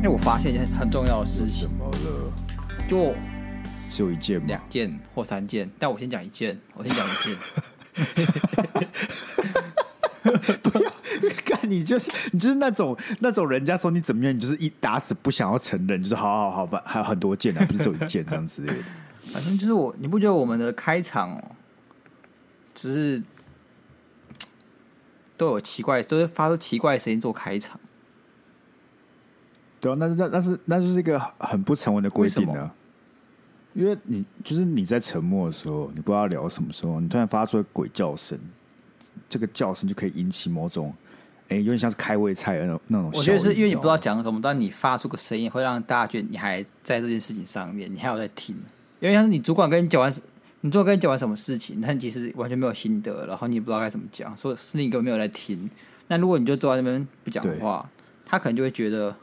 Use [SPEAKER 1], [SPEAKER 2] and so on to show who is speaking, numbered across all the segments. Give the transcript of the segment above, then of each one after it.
[SPEAKER 1] 哎、我发现一件很重要的事情，
[SPEAKER 2] 么了？
[SPEAKER 1] 就
[SPEAKER 2] 只有一件吗
[SPEAKER 1] 两？件或三件，但我先讲一件，我先讲一件。
[SPEAKER 2] 看你就是你就是那种那种人家说你怎么样，你就是一打死不想要承认，就是好好好吧，还有很多件啊，不是只有一件这样之 类的。
[SPEAKER 1] 反正就是我，你不觉得我们的开场哦，只是都有奇怪，都是发出奇怪的声音做开场？
[SPEAKER 2] 对啊，那那那是那就是一个很不成文的规定啊
[SPEAKER 1] 为
[SPEAKER 2] 了、
[SPEAKER 1] 什么
[SPEAKER 2] 因为你就是你在沉默的时候，你不知道聊什么时候，你突然发出鬼叫声，这个叫声就可以引起某种，哎、有点像是开胃菜的那种那种效应。
[SPEAKER 1] 我觉得是因为你不知道
[SPEAKER 2] 吗
[SPEAKER 1] 讲什么，但你发出个声音，会让大家觉得你还在这件事情上面，你还有在听。因为像是你主管跟你讲完，你主管跟你讲完什么事情，但你其实完全没有心得，然后你也不知道该怎么讲，所以是你根本没有在听。那如果你就坐在那边不讲
[SPEAKER 2] 对
[SPEAKER 1] 话，他可能就会觉得，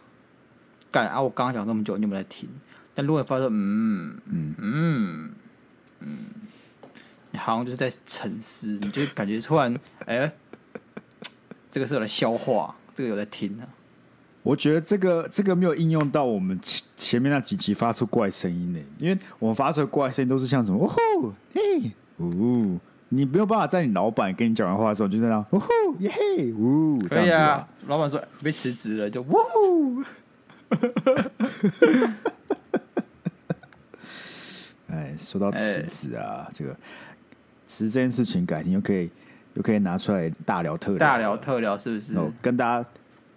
[SPEAKER 1] 干啊，我刚刚讲这么久，你有没有在听？但如果你发现，嗯嗯嗯嗯，你好像就是在沉思，你就感觉突然，哎、这个是有在消化，这个有在听啊。
[SPEAKER 2] 我觉得这个这个没有应用到我们前前面那几集发出怪声音呢，因为我们发出的怪声音都是像什么哦吼嘿呜，你没有办法在你老板跟你讲完话之后你就在那哦吼耶嘿呜这
[SPEAKER 1] 可
[SPEAKER 2] 样
[SPEAKER 1] 以
[SPEAKER 2] 子
[SPEAKER 1] 啊
[SPEAKER 2] 吧。，
[SPEAKER 1] 老板说被辞职了，就哇哦！
[SPEAKER 2] 哎，说到辞职啊，这个辞这件事情，改天又可以又可以拿出来大聊特聊了
[SPEAKER 1] 大聊特聊是不是？
[SPEAKER 2] 哦，跟大家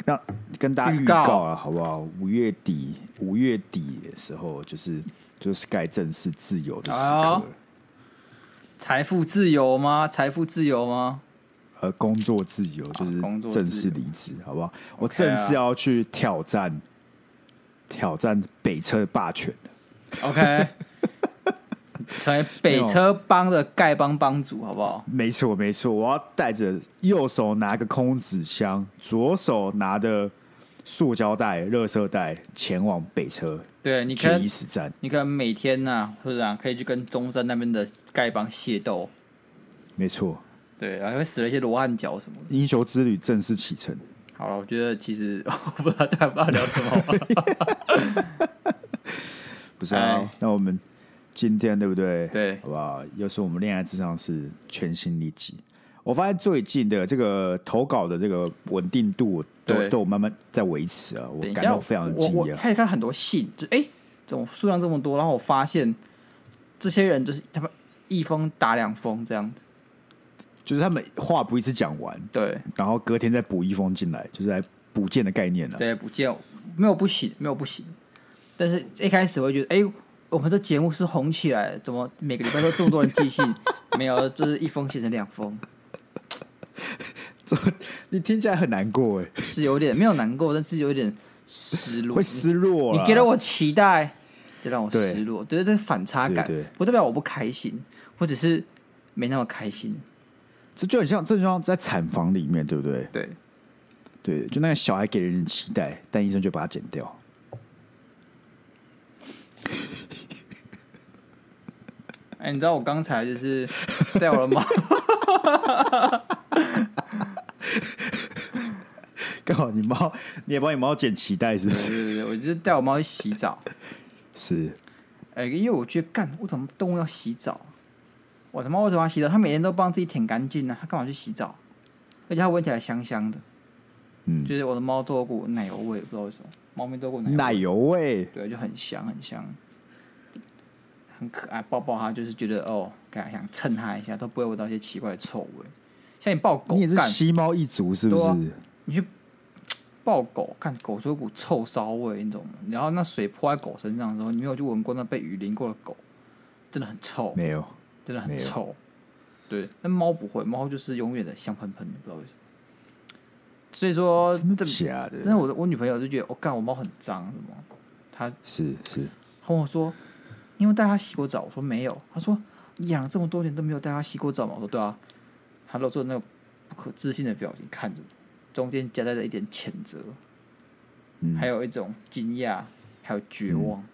[SPEAKER 2] 让跟大家
[SPEAKER 1] 预
[SPEAKER 2] 预
[SPEAKER 1] 告
[SPEAKER 2] 告啊，好不好？五月底五月底的时候，就是就是 Sky 正式自由的时刻。
[SPEAKER 1] 哎呦财富自由吗？财富自由吗？
[SPEAKER 2] 呃工作自由，就是
[SPEAKER 1] 工作自由
[SPEAKER 2] 正式离职，好不好？我
[SPEAKER 1] OK 啊
[SPEAKER 2] 正式要去挑战、挑战北车的霸权了
[SPEAKER 1] OK，成为北车帮的丐帮帮主，好不好？
[SPEAKER 2] 没错，没错，我要带着右手拿个空纸箱，左手拿着塑胶袋、热色袋，前往北车
[SPEAKER 1] 对，你可
[SPEAKER 2] 决一
[SPEAKER 1] 以，
[SPEAKER 2] 死战。
[SPEAKER 1] 你可能每天呐、或者啊，可以去跟中山那边的丐帮械斗，
[SPEAKER 2] 没错，
[SPEAKER 1] 对，然后会死了一些罗汉脚什么的。
[SPEAKER 2] 英雄之旅正式启程。
[SPEAKER 1] 好了，我觉得其实 我不知道大家不知道聊什么，
[SPEAKER 2] 不是啊
[SPEAKER 1] 哎，
[SPEAKER 2] 那我们今天对不 对？
[SPEAKER 1] 对
[SPEAKER 2] 好不好？又是我们恋爱至上是全新一集。我发现最近的这个投稿的这个稳定度都
[SPEAKER 1] 对
[SPEAKER 2] 都有慢慢在维持啊，我
[SPEAKER 1] 等一
[SPEAKER 2] 感
[SPEAKER 1] 下，
[SPEAKER 2] 到非常
[SPEAKER 1] 我
[SPEAKER 2] 惊
[SPEAKER 1] 我
[SPEAKER 2] 讶。
[SPEAKER 1] 开始看很多信，就哎、怎么数量这么多？然后我发现这些人就是他们一封打两封这样子，
[SPEAKER 2] 就是他们话不一次讲完，
[SPEAKER 1] 对
[SPEAKER 2] 然后隔天再补一封进来，就是来补件的概念了、啊。
[SPEAKER 1] 对，不见没有不行，没有不行。但是一开始我会觉得，哎、我们这节目是红起来了，怎么每个礼拜都这么多人寄信？ 没有，就是一封写成两封，
[SPEAKER 2] 你听起来很难过哎、
[SPEAKER 1] 是有点没有难过，但是有点失落，
[SPEAKER 2] 会失落啊
[SPEAKER 1] 你
[SPEAKER 2] 啦
[SPEAKER 1] 给了我期待，这让我
[SPEAKER 2] 对
[SPEAKER 1] 失落，对这个反差感
[SPEAKER 2] 对对，
[SPEAKER 1] 不代表我不开心，我只是没那么开心。
[SPEAKER 2] 这就很像，这就像在产房里面，对不对？
[SPEAKER 1] 对，
[SPEAKER 2] 对，就那个小孩给人期待，但医生就把它剪掉。
[SPEAKER 1] 哎、你知道我刚才就是带我的猫，
[SPEAKER 2] 刚好你猫，你也帮你猫剪脐带是不
[SPEAKER 1] 对
[SPEAKER 2] 是？
[SPEAKER 1] 对 对，我就是带我猫去洗澡。
[SPEAKER 2] 是，
[SPEAKER 1] 哎、因为我觉得干，为什么动物要洗澡？我他妈为什么要洗澡？它每天都帮自己舔干净呢，啊它干嘛去洗澡？而且它闻起来香香的，
[SPEAKER 2] 嗯，
[SPEAKER 1] 就是我的猫都有股奶油味，不知道为什么，猫咪都有股奶油味
[SPEAKER 2] 奶油味，
[SPEAKER 1] 对，就很香很香，很可爱。抱抱它就是觉得哦，干想蹭它一下，都不会闻到一些奇怪的臭味。像你抱狗，
[SPEAKER 2] 你也是
[SPEAKER 1] 干
[SPEAKER 2] 吸猫一族是不是？
[SPEAKER 1] 对啊你去抱狗，看狗就有股臭骚味，你懂吗？然后那水泼在狗身上的时候，你没有去闻过那被雨淋过的狗，真的很臭，
[SPEAKER 2] 没有，
[SPEAKER 1] 真的很
[SPEAKER 2] 没有
[SPEAKER 1] 臭。对，但猫不会，猫就是永远的香喷喷的，不知道为什么。所以说，
[SPEAKER 2] 真
[SPEAKER 1] 这
[SPEAKER 2] 的假
[SPEAKER 1] 呃但是
[SPEAKER 2] 的？
[SPEAKER 1] 我的我女朋友就觉得，我、哦干我猫很脏，什么？她
[SPEAKER 2] 是是，
[SPEAKER 1] 她问我说：“你有没有带它洗过澡？”我说：“没有。”她说：“你养了这么多年都没有带它洗过澡吗？”我说：“对啊。”她露出那个不可置信的表情看着我，中间夹带着一点谴责，
[SPEAKER 2] 嗯
[SPEAKER 1] 还有一种惊讶，还有绝望，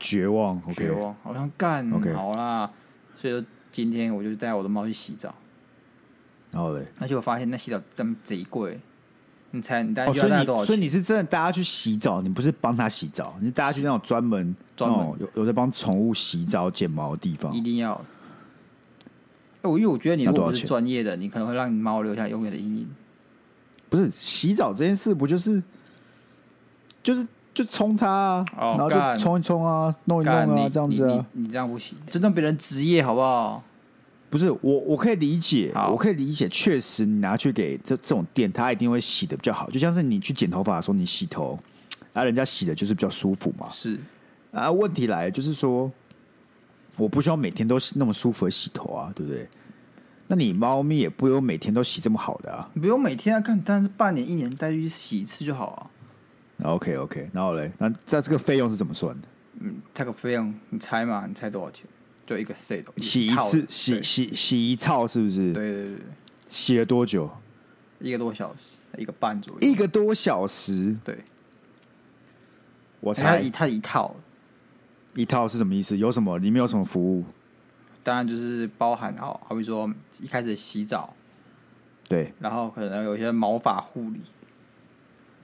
[SPEAKER 2] 绝望，
[SPEAKER 1] 绝
[SPEAKER 2] OK，
[SPEAKER 1] 望，好像干
[SPEAKER 2] OK
[SPEAKER 1] 好啦。所以说今天我就带我的猫去洗澡，
[SPEAKER 2] 然后嘞，
[SPEAKER 1] 而且我发现那洗澡真贼贵，你猜你大概
[SPEAKER 2] 哦，
[SPEAKER 1] 就
[SPEAKER 2] 所
[SPEAKER 1] 要大概
[SPEAKER 2] 以你
[SPEAKER 1] 多少
[SPEAKER 2] 所以
[SPEAKER 1] 钱？
[SPEAKER 2] 你是真的大家去洗澡，你不是帮它洗澡，你是大家去那种专门
[SPEAKER 1] 专门
[SPEAKER 2] 那种有有在帮宠物洗澡剪毛的地方
[SPEAKER 1] 一定要。哎我因为我觉得你
[SPEAKER 2] 那
[SPEAKER 1] 如
[SPEAKER 2] 多
[SPEAKER 1] 果
[SPEAKER 2] 少
[SPEAKER 1] 不是
[SPEAKER 2] 钱
[SPEAKER 1] 专业的，你可能会让你猫留下永远的阴影。
[SPEAKER 2] 不是洗澡这件事，不就是就是就冲它啊，
[SPEAKER 1] 哦
[SPEAKER 2] 然后
[SPEAKER 1] 干
[SPEAKER 2] 就冲一冲啊，弄一弄
[SPEAKER 1] 干你
[SPEAKER 2] 啊，这样子
[SPEAKER 1] 你
[SPEAKER 2] 啊。
[SPEAKER 1] 你你这样不行，尊重别人职业好不好？
[SPEAKER 2] 不是我，我可以理解，
[SPEAKER 1] 好
[SPEAKER 2] 我可以理解，确实你拿去给这这种店，它一定会洗的比较好。就像是你去剪头发的时候，你洗头，啊，人家洗的就是比较舒服嘛。
[SPEAKER 1] 是
[SPEAKER 2] 啊，问题来就是说，我不需要每天都那么舒服的洗头啊，对不对？那你猫咪也不用每天都洗这么好的啊。
[SPEAKER 1] 你不用每天啊，看，但是半年一年带去洗一次就好啊。
[SPEAKER 2] OK OK，然后嘞，那这这个费用是怎么算的？
[SPEAKER 1] 嗯，这个费用你猜嘛？你猜多少钱？就一个 set
[SPEAKER 2] 洗一
[SPEAKER 1] 套
[SPEAKER 2] 次
[SPEAKER 1] 的，
[SPEAKER 2] 洗
[SPEAKER 1] 对
[SPEAKER 2] 洗洗一套是不是？
[SPEAKER 1] 对对对对，
[SPEAKER 2] 洗了多久？
[SPEAKER 1] 一个多小时，一个半左右。
[SPEAKER 2] 一个多小时。
[SPEAKER 1] 对，
[SPEAKER 2] 我
[SPEAKER 1] 它
[SPEAKER 2] 猜
[SPEAKER 1] 一它一套，
[SPEAKER 2] 一套是什么意思？有什么？里面有什么服务？
[SPEAKER 1] 当然就是包含好，好比说一开始洗澡，
[SPEAKER 2] 对，
[SPEAKER 1] 然后可能有一些毛发护理，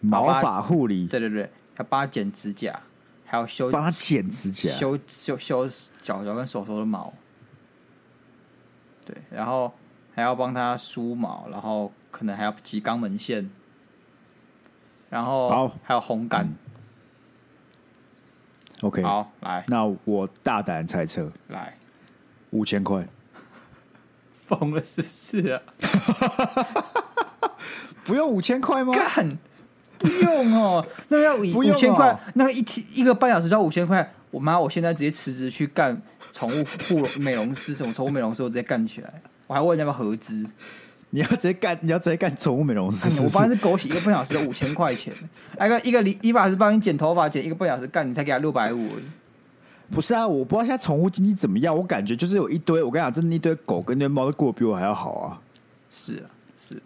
[SPEAKER 2] 毛
[SPEAKER 1] 把它
[SPEAKER 2] 发护理，
[SPEAKER 1] 对对对，还帮他剪指甲，还有修
[SPEAKER 2] 帮它剪指甲。
[SPEAKER 1] 修修修脚脚跟手手的毛，对，然后还要帮他梳毛，然后可能还要挤肛门腺，然后
[SPEAKER 2] 好嗯
[SPEAKER 1] 还有烘干。
[SPEAKER 2] OK，
[SPEAKER 1] 好，来
[SPEAKER 2] 那我大胆猜测，
[SPEAKER 1] 来，
[SPEAKER 2] 五千块。
[SPEAKER 1] 疯了是不是啊？
[SPEAKER 2] 不用五千块吗？
[SPEAKER 1] 干，不用 哦，那个要五
[SPEAKER 2] 不
[SPEAKER 1] 五
[SPEAKER 2] 用
[SPEAKER 1] 千
[SPEAKER 2] 哦
[SPEAKER 1] 块，那个一天一个半小时要五千块，我妈我现在直接辞职去干宠物护容美容师，什么宠物美容师我直接干起来，我还问人家要不要合资。
[SPEAKER 2] 你要直接干，你要直接干宠物美容师
[SPEAKER 1] 干
[SPEAKER 2] 是
[SPEAKER 1] 我
[SPEAKER 2] 不
[SPEAKER 1] 发现
[SPEAKER 2] 是？
[SPEAKER 1] 这狗洗一个半小时五千块钱，哎，个一个理理发师帮你剪头发剪一个半小时，干你才给他六百五，
[SPEAKER 2] 不是啊，我不知道现在宠物经济怎么样，我感觉就是有一堆，我跟你讲，真的一堆狗跟一堆猫都过得比我还要好啊。
[SPEAKER 1] 是啊是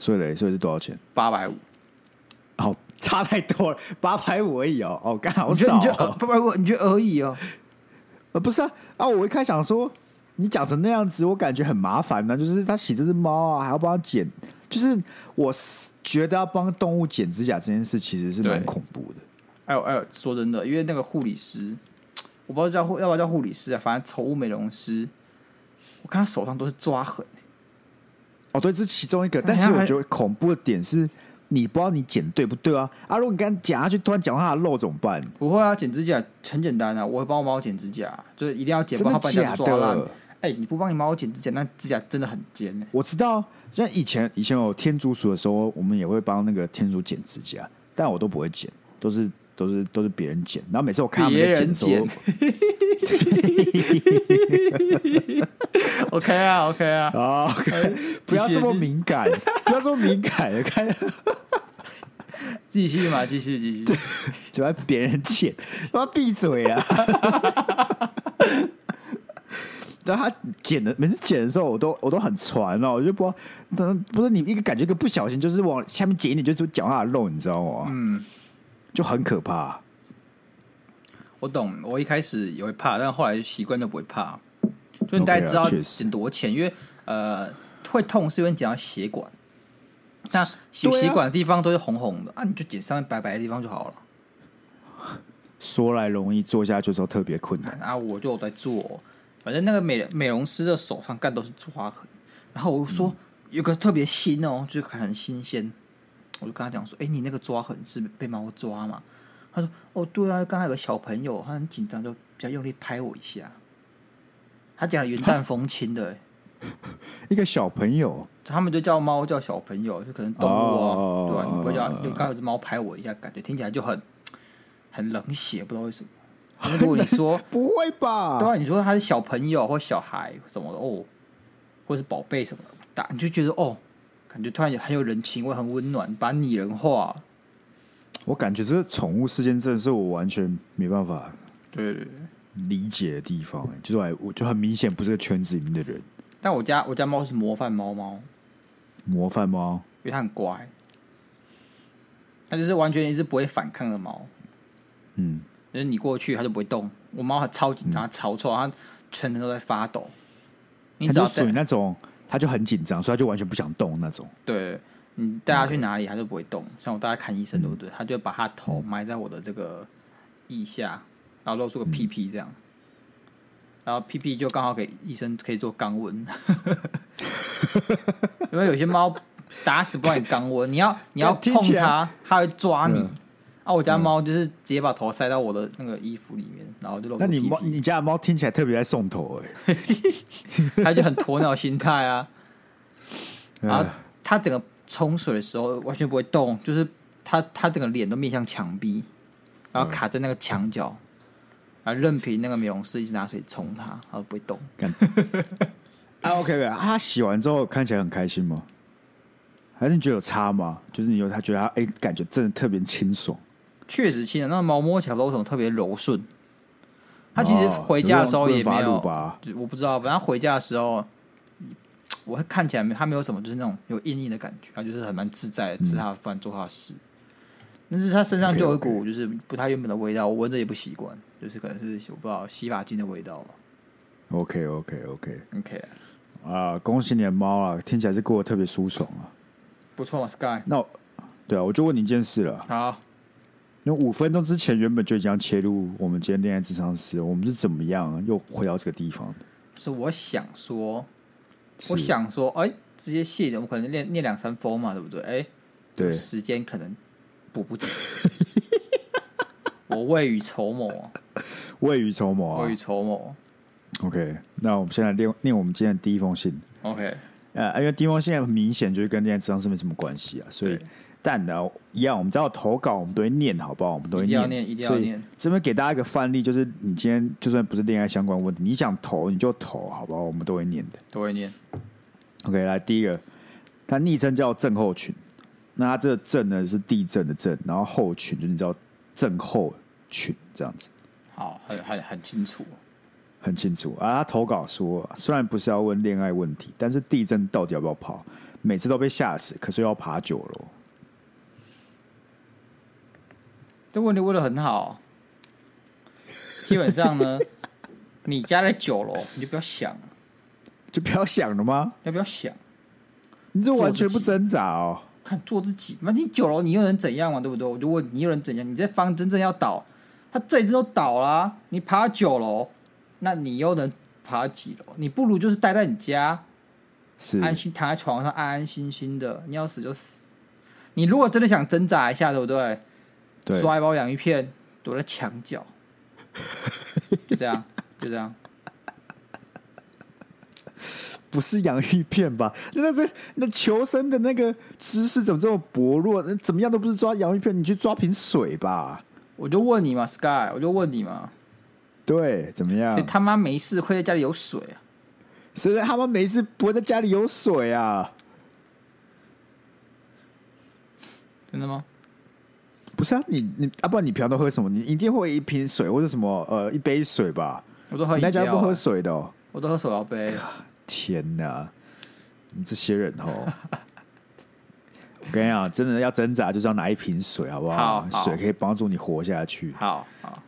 [SPEAKER 2] 所以嘞，所以是多少钱？
[SPEAKER 1] 八百五。
[SPEAKER 2] 哦，差太多了，八百五而已哦。哦，刚好
[SPEAKER 1] 你觉得
[SPEAKER 2] 少
[SPEAKER 1] 你觉得
[SPEAKER 2] 哦、
[SPEAKER 1] 八百五？你觉得而已哦？
[SPEAKER 2] 呃，不是啊，啊，我一开始想说，你讲成那样子，我感觉很麻烦呢、就是他洗这只猫啊，还要帮它剪，就是我是觉得要帮动物剪指甲这件事，其实是蛮
[SPEAKER 1] 对
[SPEAKER 2] 恐怖的。
[SPEAKER 1] 哎呦哎呦，说真的，因为那个护理师，我不知道叫护要不要叫护理师啊，反正宠物美容师，我看他手上都是抓痕。
[SPEAKER 2] 哦，对，这是其中一个。但
[SPEAKER 1] 哎
[SPEAKER 2] 其
[SPEAKER 1] 呀
[SPEAKER 2] 实我
[SPEAKER 1] 还
[SPEAKER 2] 觉得恐怖的点是，你不知道你剪对不对啊？啊，如果你刚剪下去，突然剪到它的肉怎么办？
[SPEAKER 1] 不会啊，剪指甲很简单啊，我会帮我猫剪指甲，啊就是一定要剪，
[SPEAKER 2] 真
[SPEAKER 1] 不然
[SPEAKER 2] 的
[SPEAKER 1] 它把人
[SPEAKER 2] 假
[SPEAKER 1] 家抓烂
[SPEAKER 2] 的。？
[SPEAKER 1] 哎、你不帮你猫剪指甲，那指甲真的很尖、欸。
[SPEAKER 2] 我知道，像以前以前有天竺鼠的时候，我们也会帮那个天竺剪指甲，但我都不会剪，都是都是都是别人剪。然后每次我看他们
[SPEAKER 1] 别
[SPEAKER 2] 在剪
[SPEAKER 1] 人
[SPEAKER 2] 的时候
[SPEAKER 1] 剪，OK 啊，OK 啊，
[SPEAKER 2] 啊、 不要这么
[SPEAKER 1] 哎继续
[SPEAKER 2] 敏感，不要这么敏感， 看
[SPEAKER 1] 继续嘛，继续继续。
[SPEAKER 2] 喜欢别人剪，他妈闭嘴啊！ 但啊他剪的每次剪的时候，我都我都很传哦，我就不知道，但不是你一个感觉一个不小心，就是往下面剪一点，就是脚下的肉，你知道吗？
[SPEAKER 1] 嗯，
[SPEAKER 2] 就很可怕、
[SPEAKER 1] 我懂，我一开始也会怕，但后来习惯就不会怕。就你大概
[SPEAKER 2] OK 啊
[SPEAKER 1] 知道
[SPEAKER 2] 确实
[SPEAKER 1] 剪多浅，因为呃会痛是因为你剪到血管，那血
[SPEAKER 2] 对啊
[SPEAKER 1] 血管的地方都是红红的啊，你就剪上面白白的地方就好了。
[SPEAKER 2] 说来容易，做下去的时候特别困难。
[SPEAKER 1] 啊，我就有在做，反正那个美美容师的手上干都是抓痕，然后我就说、有个特别新哦，就是很新鲜，我就跟他讲说，哎、你那个抓痕是被猫抓嘛？他说，哦，对啊，刚才有个小朋友，他很紧张，就比较用力拍我一下。他讲得云淡风轻的、欸
[SPEAKER 2] 一个小朋友，
[SPEAKER 1] 他们就叫猫叫小朋友，就可能动物啊，
[SPEAKER 2] 哦
[SPEAKER 1] 对吧、你不会叫，
[SPEAKER 2] 哦
[SPEAKER 1] 就刚有只猫拍我一下，感觉听起来就很很冷血，不知道为什么。但是如果你说
[SPEAKER 2] 不会吧？
[SPEAKER 1] 对啊，你说他是小朋友啊或小孩什么的哦，或是宝贝什么的，打你就觉得哦，感觉突然有很有人情味，很温暖，把拟人化。
[SPEAKER 2] 我感觉这个宠物事件真的是我完全没办法
[SPEAKER 1] 对对对。
[SPEAKER 2] 理解的地方、欸，就是我我就很明显不是个圈子里面的人。
[SPEAKER 1] 但我家我家猫是模范猫猫，因
[SPEAKER 2] 模范猫，
[SPEAKER 1] 为它很乖，它就是完全一只不会反抗的猫。
[SPEAKER 2] 嗯，
[SPEAKER 1] 嗯就是你过去它就不会动。我猫还超紧张，它超臭，它全身都在发抖。你
[SPEAKER 2] 他
[SPEAKER 1] 只
[SPEAKER 2] 就
[SPEAKER 1] 要
[SPEAKER 2] 属于
[SPEAKER 1] 带
[SPEAKER 2] 那种他就很紧张，所以他就完全不想动那种。
[SPEAKER 1] 对你带他去哪里，他就不会动。
[SPEAKER 2] 嗯
[SPEAKER 1] 像我带他看医生，对不对？他就把他头埋在我的这个腋下，然后露出个
[SPEAKER 2] 嗯
[SPEAKER 1] 屁屁这样，然后屁屁就刚好给医生可以做肛 温，因为有些猫打死不让你肛温，你要你要
[SPEAKER 2] 听
[SPEAKER 1] 碰
[SPEAKER 2] 起来嗯
[SPEAKER 1] 它，它会抓你。啊，我家猫就是直接把头塞到我的那个衣服里面，然后就露出
[SPEAKER 2] 那你
[SPEAKER 1] 屁
[SPEAKER 2] 猫，
[SPEAKER 1] 屁，
[SPEAKER 2] 你家的猫听起来特别在送头哎、
[SPEAKER 1] 它就很鸵鸟心态啊。
[SPEAKER 2] 欸，
[SPEAKER 1] 然后他整个冲水的时候完全不会动，就是他他整个脸都面向墙壁，
[SPEAKER 2] 嗯
[SPEAKER 1] 然后卡在那个墙角，然后任凭那个美容师一直拿水冲他，然后不会动。
[SPEAKER 2] 啊 OK 的、啊，他洗完之后看起来很开心吗？还是你觉得有差吗？就是你有他觉得他哎、感觉真的特别清爽。
[SPEAKER 1] 确实亲的，那毛摸起来不知道为什么特别柔顺。他其实
[SPEAKER 2] 哦
[SPEAKER 1] 回家的时候也
[SPEAKER 2] 润
[SPEAKER 1] 没
[SPEAKER 2] 润发
[SPEAKER 1] 有
[SPEAKER 2] 露，吧
[SPEAKER 1] 就我不知道，反正回家的时候，我看起来没他没有什么，就是那种有阴影的感觉，他就是很蛮自在的，吃他的饭，做他的事。但是他身上
[SPEAKER 2] 嗯 OK，
[SPEAKER 1] 就有一股就是不太原本的味道，我闻着也不习惯，就是可能是我不知道洗发精的味道吧。
[SPEAKER 2] OK OK OK
[SPEAKER 1] OK，
[SPEAKER 2] 啊，恭喜你的猫啊，听起来是过得特别舒爽啊。
[SPEAKER 1] 不错嘛，Sky。
[SPEAKER 2] 那我对啊，我就问你一件事了，
[SPEAKER 1] 好，
[SPEAKER 2] 因为五分钟之前原本就已经要切入我们今天恋爱智商师，我们是怎么样啊又回到这个地方的？
[SPEAKER 1] 是我想说，
[SPEAKER 2] 是
[SPEAKER 1] 我想说，哎、直接卸点，我可能练练两三封嘛，对不对？哎、
[SPEAKER 2] 对
[SPEAKER 1] 时间可能补不及。 我未雨绸缪啊，
[SPEAKER 2] 未雨绸缪
[SPEAKER 1] 未
[SPEAKER 2] 啊
[SPEAKER 1] 雨。绸缪。
[SPEAKER 2] OK，那我们现在念念我们今天的第一封信。
[SPEAKER 1] OK，
[SPEAKER 2] 呃，因为地方现在很明显就是跟恋爱智商是没什么关系啊，所以
[SPEAKER 1] 对
[SPEAKER 2] 但呢一样，我们只要投稿，我们都会念，好不好？我们都会
[SPEAKER 1] 一定要
[SPEAKER 2] 念，
[SPEAKER 1] 念一定要
[SPEAKER 2] 所以
[SPEAKER 1] 念
[SPEAKER 2] 这边给大家一个范例，就是你今天就算不是恋爱相关问题，你想投你就投，好不好？我们都会念的。
[SPEAKER 1] 都会念。
[SPEAKER 2] OK，来第一个，他昵称叫症候群，那他这个症呢是地震的震，然后后群就是你知道症候群这样子。
[SPEAKER 1] 好，很很很清楚。
[SPEAKER 2] 很清楚啊。他投稿说，虽然不是要问恋爱问题，但是地震到底要不要跑？每次都被吓死，可是又要爬九楼。
[SPEAKER 1] 这问题问的很好。基本上 呢，你家在九楼，你就不要想了，
[SPEAKER 2] 就不要想了吗？
[SPEAKER 1] 要不要想？
[SPEAKER 2] 你这完全不挣扎哦。
[SPEAKER 1] 看做自己，反正你九楼你又能怎样嘛，对不对？我就问你又能怎样？你这方真正要倒，他这一次都倒啦、你爬九楼，那你又能爬几楼？你不如就是待在你家，
[SPEAKER 2] 是
[SPEAKER 1] 安心躺在床上，安安心心的。你要死就死。你如果真的想挣扎一下，对不对？
[SPEAKER 2] 对，
[SPEAKER 1] 抓一包洋芋片，躲在墙角， 就这样，就这样。
[SPEAKER 2] 不是洋芋片吧？那这那求生的那个知识怎么这么薄弱？那怎么样都不是抓洋芋片，你去抓瓶水吧？
[SPEAKER 1] 我就问你嘛，Sky，我就问你嘛，
[SPEAKER 2] 对，怎么样
[SPEAKER 1] 谁？他妈没事会在家里有水啊？
[SPEAKER 2] 谁在他们每次不会在家里有水啊？
[SPEAKER 1] 真的吗？
[SPEAKER 2] 不是啊，你你啊，不然你平常都喝什么？你一定会一瓶水或者什么呃一杯水吧？
[SPEAKER 1] 我都喝
[SPEAKER 2] 你
[SPEAKER 1] 饮
[SPEAKER 2] 在家
[SPEAKER 1] 料
[SPEAKER 2] 不
[SPEAKER 1] 啊、
[SPEAKER 2] 喝水的、哦？
[SPEAKER 1] 我都喝手摇杯。
[SPEAKER 2] 天哪，你这些人 哦！我跟你讲，真的要挣扎，就是要拿一瓶水，好不
[SPEAKER 1] 好好
[SPEAKER 2] 水可以帮助你活下去。
[SPEAKER 1] 好好，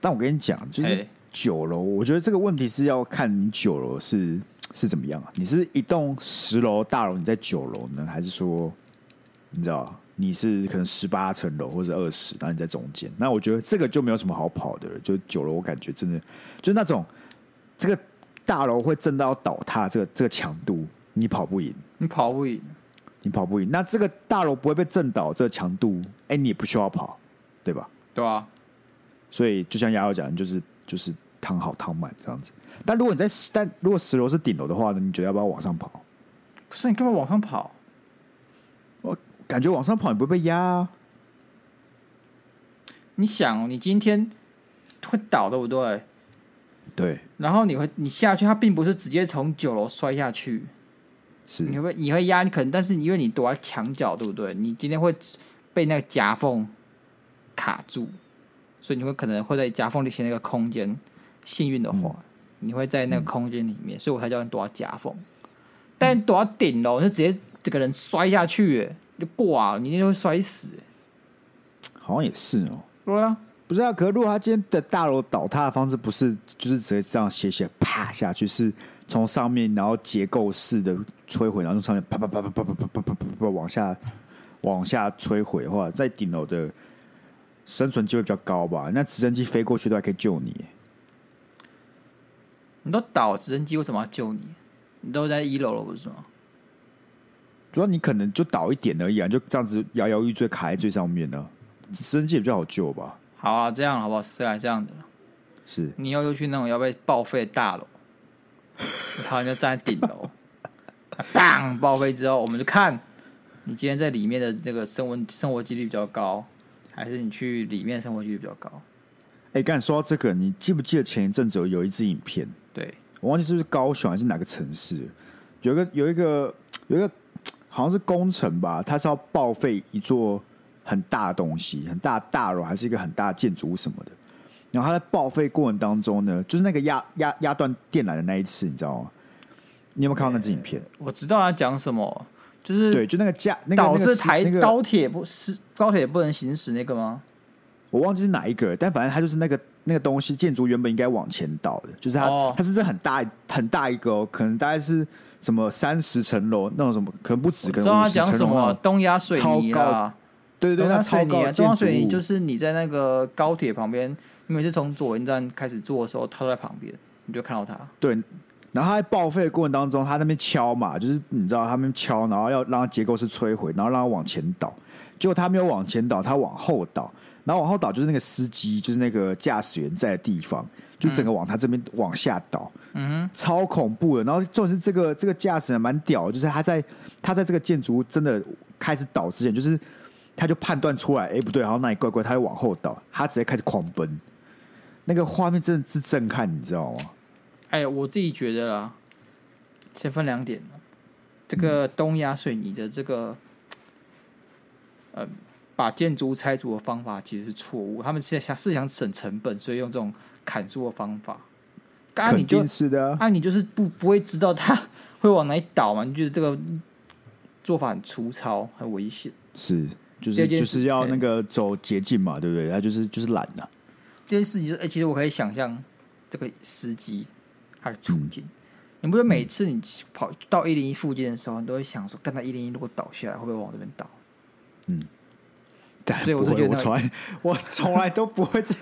[SPEAKER 2] 但我跟你讲，就是
[SPEAKER 1] 嘿
[SPEAKER 2] 九楼，我觉得这个问题是要看你九楼是是怎么样啊？你是一栋十楼大楼，你在九楼呢，还是说你知道你是可能十八层楼或者二十，然后你在中间？那我觉得这个就没有什么好跑的了，就九楼，我感觉真的就是那种这个大楼会震到倒塌，这个这个强度你跑不赢。
[SPEAKER 1] 你跑不赢，
[SPEAKER 2] 你跑不赢，那这个大楼不会被震倒，这个强度，哎、你也不需要跑，对吧？
[SPEAKER 1] 对啊，
[SPEAKER 2] 所以就像丫头讲，就是就是躺好躺满这样子。但如果你在十，但如果十楼是顶楼的话呢，你觉得要不要往上跑？
[SPEAKER 1] 不是你干嘛往上跑？
[SPEAKER 2] 我感觉往上跑你不会被压啊，
[SPEAKER 1] 你想哦，你今天会倒，对不对？
[SPEAKER 2] 对，
[SPEAKER 1] 然后你会你下去，它并不是直接从九楼摔下去，
[SPEAKER 2] 是
[SPEAKER 1] 你会你会压，你可能但是因为你躲在墙角，对不对？你今天会被那个夹缝卡住，所以你会可能会在夹缝里形成一个空间。幸运的
[SPEAKER 2] 嗯
[SPEAKER 1] 话，你会在那个空间里面，所以我才叫你躲到夹缝。但你躲到顶楼，你就直接整个人摔下去，哎就挂了，你一定会摔死。哎
[SPEAKER 2] 好像也是哦。
[SPEAKER 1] 对啊，
[SPEAKER 2] 不是啊，可是如果他今天的大楼倒塌的方式不是就是直接这样斜斜啪下去，是从上面然后结构式的摧毁，然后从上面啪啪啪啪啪啪啪啪啪啪啪往下往下摧毁的话，在顶楼的生存机会比较高吧？那直升机飞过去都还可以救你。
[SPEAKER 1] 你都倒直升机，为什么要救你？你都在一楼了，不是吗？
[SPEAKER 2] 主要你可能就倒一点而已啊，就这样子摇摇欲坠卡在最上面呢、直升机也比较好救吧？
[SPEAKER 1] 好啊，这样了好不好？是来这样子了。
[SPEAKER 2] 是
[SPEAKER 1] 你要又去那种要被报废的大楼，然后你就站在顶楼， 当报废之后，我们就看你今天在里面的这个生活生活几率比较高，还是你去里面生活几率比较高？
[SPEAKER 2] 哎，刚才说到这个，你记不记得前一阵子有有一支影片？
[SPEAKER 1] 对，
[SPEAKER 2] 我忘记是不是高雄还是哪个城市，有一个有一个有一个好像是工程吧，它是要报废一座很大的东西，很大的大楼还是一个很大的建筑物什么的。然后它在报废过程当中呢，就是那个压压压断电缆的那一次，你知道吗？你有没有看到那支影片？
[SPEAKER 1] 我知道他讲什么，就是
[SPEAKER 2] 对，就那个架，那个
[SPEAKER 1] 导
[SPEAKER 2] 那
[SPEAKER 1] 致
[SPEAKER 2] 个是
[SPEAKER 1] 台
[SPEAKER 2] 那个
[SPEAKER 1] 高铁不是高铁不能行驶那个吗？
[SPEAKER 2] 我忘记是哪一个了，但反正它就是那个那个东西，建筑原本应该往前倒的，就是它、
[SPEAKER 1] 哦
[SPEAKER 2] 它是这很大很大一个、哦，可能大概是什么三十层楼那种什么，可能不止，
[SPEAKER 1] 我
[SPEAKER 2] 可
[SPEAKER 1] 知道
[SPEAKER 2] 能
[SPEAKER 1] 他
[SPEAKER 2] 五十
[SPEAKER 1] 讲
[SPEAKER 2] 层
[SPEAKER 1] 什
[SPEAKER 2] 楼那
[SPEAKER 1] 么
[SPEAKER 2] 种。
[SPEAKER 1] 东亚水泥
[SPEAKER 2] 超
[SPEAKER 1] 啦
[SPEAKER 2] 高，对对对，
[SPEAKER 1] 东亚
[SPEAKER 2] 那
[SPEAKER 1] 水
[SPEAKER 2] 超
[SPEAKER 1] 泥
[SPEAKER 2] 高
[SPEAKER 1] 啊，
[SPEAKER 2] 的
[SPEAKER 1] 东
[SPEAKER 2] 建
[SPEAKER 1] 亚
[SPEAKER 2] 筑
[SPEAKER 1] 水泥就
[SPEAKER 2] 物。
[SPEAKER 1] 是你在那个高铁旁边，你每次从左营站开始坐的时候，他都在旁边，你就看到他。
[SPEAKER 2] 对，然后它在报废的过程当中，它那边敲嘛，就是你知道他们敲，然后要让它结构是摧毁，然后让它往前倒，结果它没有往前倒，它往后倒，然后往后倒就是那个司机，就是那个驾驶员在的地方，就整个往他这边往下倒。
[SPEAKER 1] 嗯哼，
[SPEAKER 2] 超恐怖的。然后重点是这个这个驾驶人蛮屌的，就是他在他在这个建筑物真的开始倒之前，就是他就判断出来，哎、不对，好像哪里怪怪，他就往后倒，他直接开始狂奔。那个画面真的是震撼，你知道吗？
[SPEAKER 1] 哎，我自己觉得啦，先分两点，这个
[SPEAKER 2] 嗯
[SPEAKER 1] 东亚水泥的这个，呃，把建筑物拆除的方法其实是错误，他们是想是想省成本，所以用这种砍树的方法。啊，你
[SPEAKER 2] 肯
[SPEAKER 1] 就
[SPEAKER 2] 定是的啊、
[SPEAKER 1] 啊，你就是不不会知道它 会往哪里倒嘛，你觉得这个做法很粗糙，很危险。
[SPEAKER 2] 是就
[SPEAKER 1] 第
[SPEAKER 2] 是
[SPEAKER 1] 二件事哎
[SPEAKER 2] 就是要那个走捷径嘛，对不对？他就是就是懒啊呐、
[SPEAKER 1] 这件事情、就是，哎、其实我可以想象这个司机他的处境。你不是每次你跑到一零一附近的时候，你都会想说，干到一零一如果倒下来，会不会往这边倒？
[SPEAKER 2] 但
[SPEAKER 1] 所以我
[SPEAKER 2] 不
[SPEAKER 1] 就
[SPEAKER 2] 会
[SPEAKER 1] 觉得
[SPEAKER 2] 我从来我从来都不会这，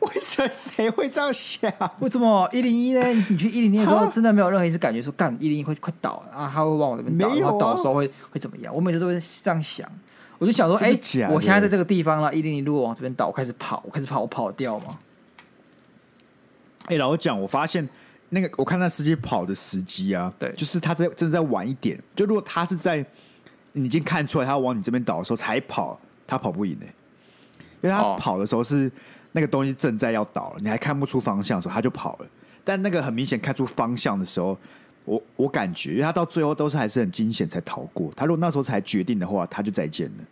[SPEAKER 2] 为什么谁会这样想？
[SPEAKER 1] 为什么一零一呢？你去一零一的时候，真的没有任何一次感觉说，干一零一会快倒了啊，他会往我这边倒，
[SPEAKER 2] 没有
[SPEAKER 1] 然
[SPEAKER 2] 啊
[SPEAKER 1] 后倒的时候会会怎么样？我每次都会这样想，我就想说，
[SPEAKER 2] 真
[SPEAKER 1] 哎、
[SPEAKER 2] 的假的
[SPEAKER 1] 我现在在这个地方了，一零一如果往这边倒，我开始跑，我开始跑，我跑得掉吗？
[SPEAKER 2] 哎、老实讲，我发现那个我看那司机跑的时机啊，
[SPEAKER 1] 对
[SPEAKER 2] 就是他在正在晚一点。就如果他是在你已经看出来他往你这边倒的时候才跑，他跑不赢的、因为他
[SPEAKER 1] 哦
[SPEAKER 2] 跑的时候是那个东西正在要倒了，你还看不出方向的时候他就跑了。但那个很明显看出方向的时候，我我感觉，因为他到最后都是还是很惊险才逃过。他如果那时候才决定的话，他就再见了。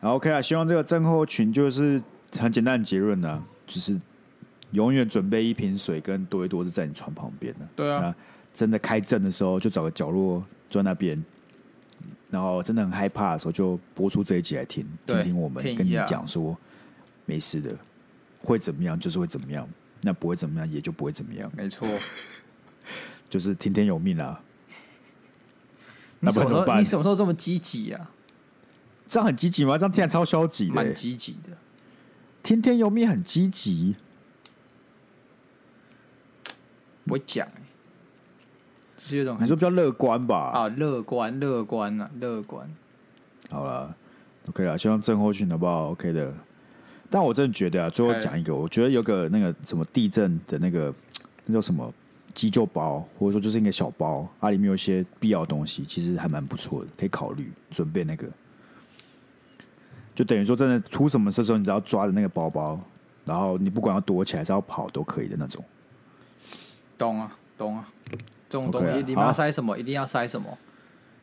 [SPEAKER 2] 然后 OK 啊啦，希望这个症候群就是很简单的结论呢、啊就是永远准备一瓶水跟多一多是在你床旁边的、
[SPEAKER 1] 对啊
[SPEAKER 2] 那真的开症的时候，就找个角落坐在那边，然后真的很害怕的时候，就播出这一集来听，听
[SPEAKER 1] 对
[SPEAKER 2] 听我们
[SPEAKER 1] 听一
[SPEAKER 2] 跟你
[SPEAKER 1] 下
[SPEAKER 2] 讲说没事的，会怎么样就是会怎么样，那不会怎么样也就不会怎么样，
[SPEAKER 1] 没错。
[SPEAKER 2] 就是听天由命啊。
[SPEAKER 1] 你
[SPEAKER 2] 那
[SPEAKER 1] 什
[SPEAKER 2] 不
[SPEAKER 1] 么时
[SPEAKER 2] 然怎么
[SPEAKER 1] 候
[SPEAKER 2] 办
[SPEAKER 1] 你什么时候这么积极啊？
[SPEAKER 2] 这样很积极吗？这样听起来超消极的、
[SPEAKER 1] 蛮
[SPEAKER 2] 欸。
[SPEAKER 1] 积极的。
[SPEAKER 2] 听天由命很积极，
[SPEAKER 1] 不会讲、欸，就是有一种
[SPEAKER 2] 你
[SPEAKER 1] 很
[SPEAKER 2] 说比较乐观吧？
[SPEAKER 1] 啊乐观、乐观啊、乐观。
[SPEAKER 2] 好了，OK 了，希望症候群好不好？OK 的。但我真的觉得啊，最后
[SPEAKER 1] OK
[SPEAKER 2] 讲一个，我觉得有个那个什么地震的那个那叫什么急救包，或者说就是一个小包，它里面有一些必要的东西，其实还蛮不错的，可以考虑准备那个。就等于说，真的出什么事的时候，你只要抓着那个包包，然后你不管要躲起来，还是要跑都可以的那种。
[SPEAKER 1] 懂啊，懂啊。这种东
[SPEAKER 2] OK
[SPEAKER 1] 西
[SPEAKER 2] 啊
[SPEAKER 1] 里面要
[SPEAKER 2] 好
[SPEAKER 1] 塞什么，一定要塞什么。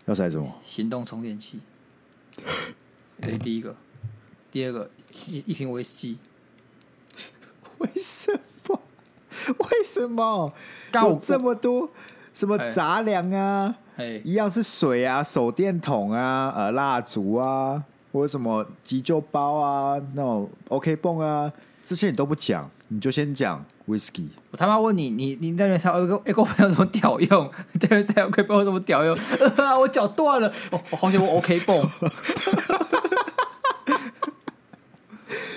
[SPEAKER 2] 要塞什么？
[SPEAKER 1] 行动充电器，这是第一个。第二个，一一瓶威士忌。
[SPEAKER 2] 为什么？ 为什么？
[SPEAKER 1] 但我
[SPEAKER 2] 有这么多什么
[SPEAKER 1] 哎
[SPEAKER 2] 杂粮啊？
[SPEAKER 1] 哎，
[SPEAKER 2] 一样是水啊、手电筒啊、呃蜡烛啊，或者什么急救包啊、那种 OK 泵啊，这些你都不讲，你就先讲 whisky。
[SPEAKER 1] 我他妈问你，你你在那边哎一个一个朋友怎么屌用？ 在那边哎在可以帮我怎么屌用？啊，我脚断了，我、我好想我 OK 泵，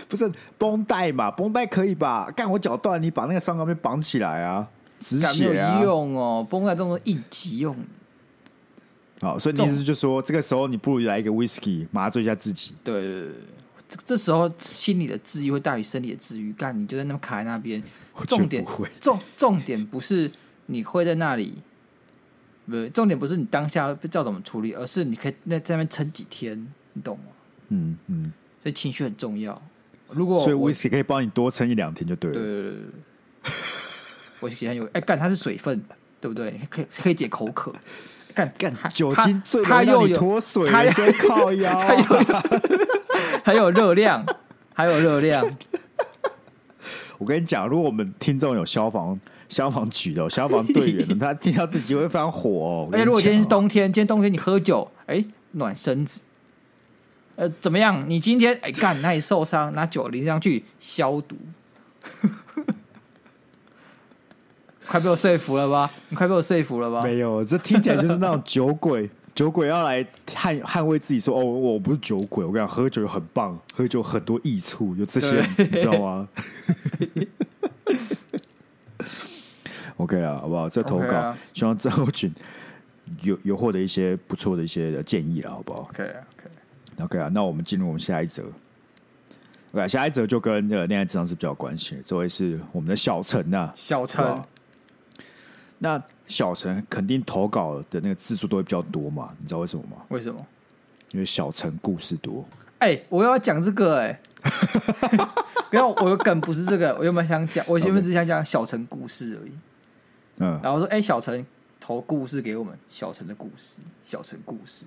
[SPEAKER 2] 不是绷带嘛？绷带可以吧？干我脚断，你把那个伤口面绑起来啊，止
[SPEAKER 1] 干没有
[SPEAKER 2] 血啊。
[SPEAKER 1] 用哦，绷带这种东西应急用。
[SPEAKER 2] 好，所以你意思就是说，这个时候你不如来一个 whisky 麻醉一下自己。
[SPEAKER 1] 对对对对，这这时候心理的治愈会大于身体的治愈。干，你就在那边卡在那边
[SPEAKER 2] 我，觉得
[SPEAKER 1] 重点
[SPEAKER 2] 不会
[SPEAKER 1] 重重点不是你会在那里，不，重点不是你当下不知道怎么处理，而是你可以在在那边撑几天，你懂吗？
[SPEAKER 2] 嗯嗯，
[SPEAKER 1] 所以情绪很重要。如果
[SPEAKER 2] 所以
[SPEAKER 1] 我
[SPEAKER 2] whisky 可以帮你多撑一两天就对
[SPEAKER 1] 对
[SPEAKER 2] 了。
[SPEAKER 1] 对对对，对我喜欢有哎干，它是水分，对不对？可以可以解口渴。干
[SPEAKER 2] 干
[SPEAKER 1] 它
[SPEAKER 2] 酒
[SPEAKER 1] 它
[SPEAKER 2] 精最
[SPEAKER 1] 它
[SPEAKER 2] 容易让
[SPEAKER 1] 又
[SPEAKER 2] 你
[SPEAKER 1] 有
[SPEAKER 2] 脱水
[SPEAKER 1] 它
[SPEAKER 2] 了，先 靠腰啊。
[SPEAKER 1] 它有它有热量，还有热量。
[SPEAKER 2] 我跟你讲，如果我们听众有消防消防局的、消防队员的，他听到自己会非常火哦。我
[SPEAKER 1] 而
[SPEAKER 2] 跟
[SPEAKER 1] 且
[SPEAKER 2] 你
[SPEAKER 1] 哎如果今天是
[SPEAKER 2] 讲哦
[SPEAKER 1] 冬天，今天冬天你喝酒，哎、暖身子。呃，怎么样？你今天哎干哪里受伤，拿酒淋上去消毒。 快被我说服了吧？你快被我说服了吧？
[SPEAKER 2] 没有，这听起来就是那种酒鬼， 酒鬼要来捍捍卫自己说哦，我不是酒鬼。我跟你讲，喝酒很棒，喝酒很多益处，有这些，你知道 吗？OK 了，好不好？这投稿
[SPEAKER 1] OK 啊
[SPEAKER 2] 希望症候群有有获得一些不错的一些呃建议了，好不好
[SPEAKER 1] OK OK，
[SPEAKER 2] ？OK 啊，那我们进入我们下一则。OK，下啊一则就跟呃恋爱智商是比较有关系的，这位是我们的小陈呐、
[SPEAKER 1] 小
[SPEAKER 2] 好不
[SPEAKER 1] 陈
[SPEAKER 2] 好那小陈肯定投稿的那个字数都会比较多嘛，你知道为什么吗？
[SPEAKER 1] 为什么？
[SPEAKER 2] 因为小陈故事多。
[SPEAKER 1] 哎、我要讲这个哎、没有，我的梗不是这个，我原本想讲，我原本只想讲小陈故事而已。
[SPEAKER 2] 嗯，
[SPEAKER 1] 然后说：“哎、小陈投故事给我们，小陈的故事，小陈故事。”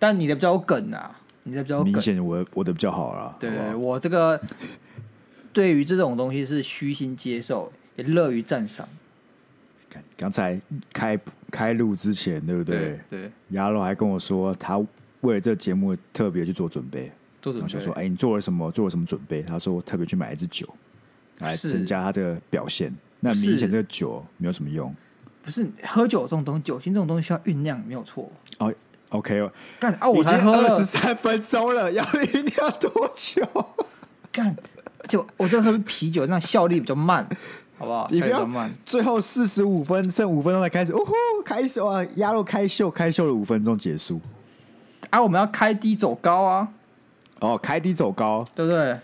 [SPEAKER 1] 但你的比较有梗啊，你的比较有
[SPEAKER 2] 明
[SPEAKER 1] 梗。
[SPEAKER 2] 显我的我的比较好啦。
[SPEAKER 1] 对
[SPEAKER 2] 好不好
[SPEAKER 1] 我这个对于这种东西是虚心接受，也乐于赞赏。
[SPEAKER 2] 看刚才开开录之前，对不对？
[SPEAKER 1] 对，
[SPEAKER 2] 亚龙还跟我说，他为了这节目特别去做准备。
[SPEAKER 1] 做
[SPEAKER 2] 然
[SPEAKER 1] 准
[SPEAKER 2] 后想说，
[SPEAKER 1] 备。
[SPEAKER 2] 哎、你做了什么？做了什么准备？他说，我特别去买一支酒，来
[SPEAKER 1] 是
[SPEAKER 2] 增加他这个表现。那
[SPEAKER 1] 是
[SPEAKER 2] 明显这个酒没有什么用。
[SPEAKER 1] 不是喝酒这种东西，酒精这种东西需要酝酿，没有错。
[SPEAKER 2] 哦，OK，哦
[SPEAKER 1] 干啊，我才喝
[SPEAKER 2] 二
[SPEAKER 1] 了
[SPEAKER 2] 十，三分钟了，要酝酿多久？
[SPEAKER 1] 干，而且我这喝啤酒，那效率比较慢，好不好？
[SPEAKER 2] 你
[SPEAKER 1] 效率比
[SPEAKER 2] 不
[SPEAKER 1] 较
[SPEAKER 2] 要
[SPEAKER 1] 慢。
[SPEAKER 2] 最后四十五分，剩五分钟才开始，哦吼，开始哇，鸭肉开秀，开秀了五分钟结束，
[SPEAKER 1] 啊，我们要开低走高啊，
[SPEAKER 2] 哦，开低走高，
[SPEAKER 1] 对不对？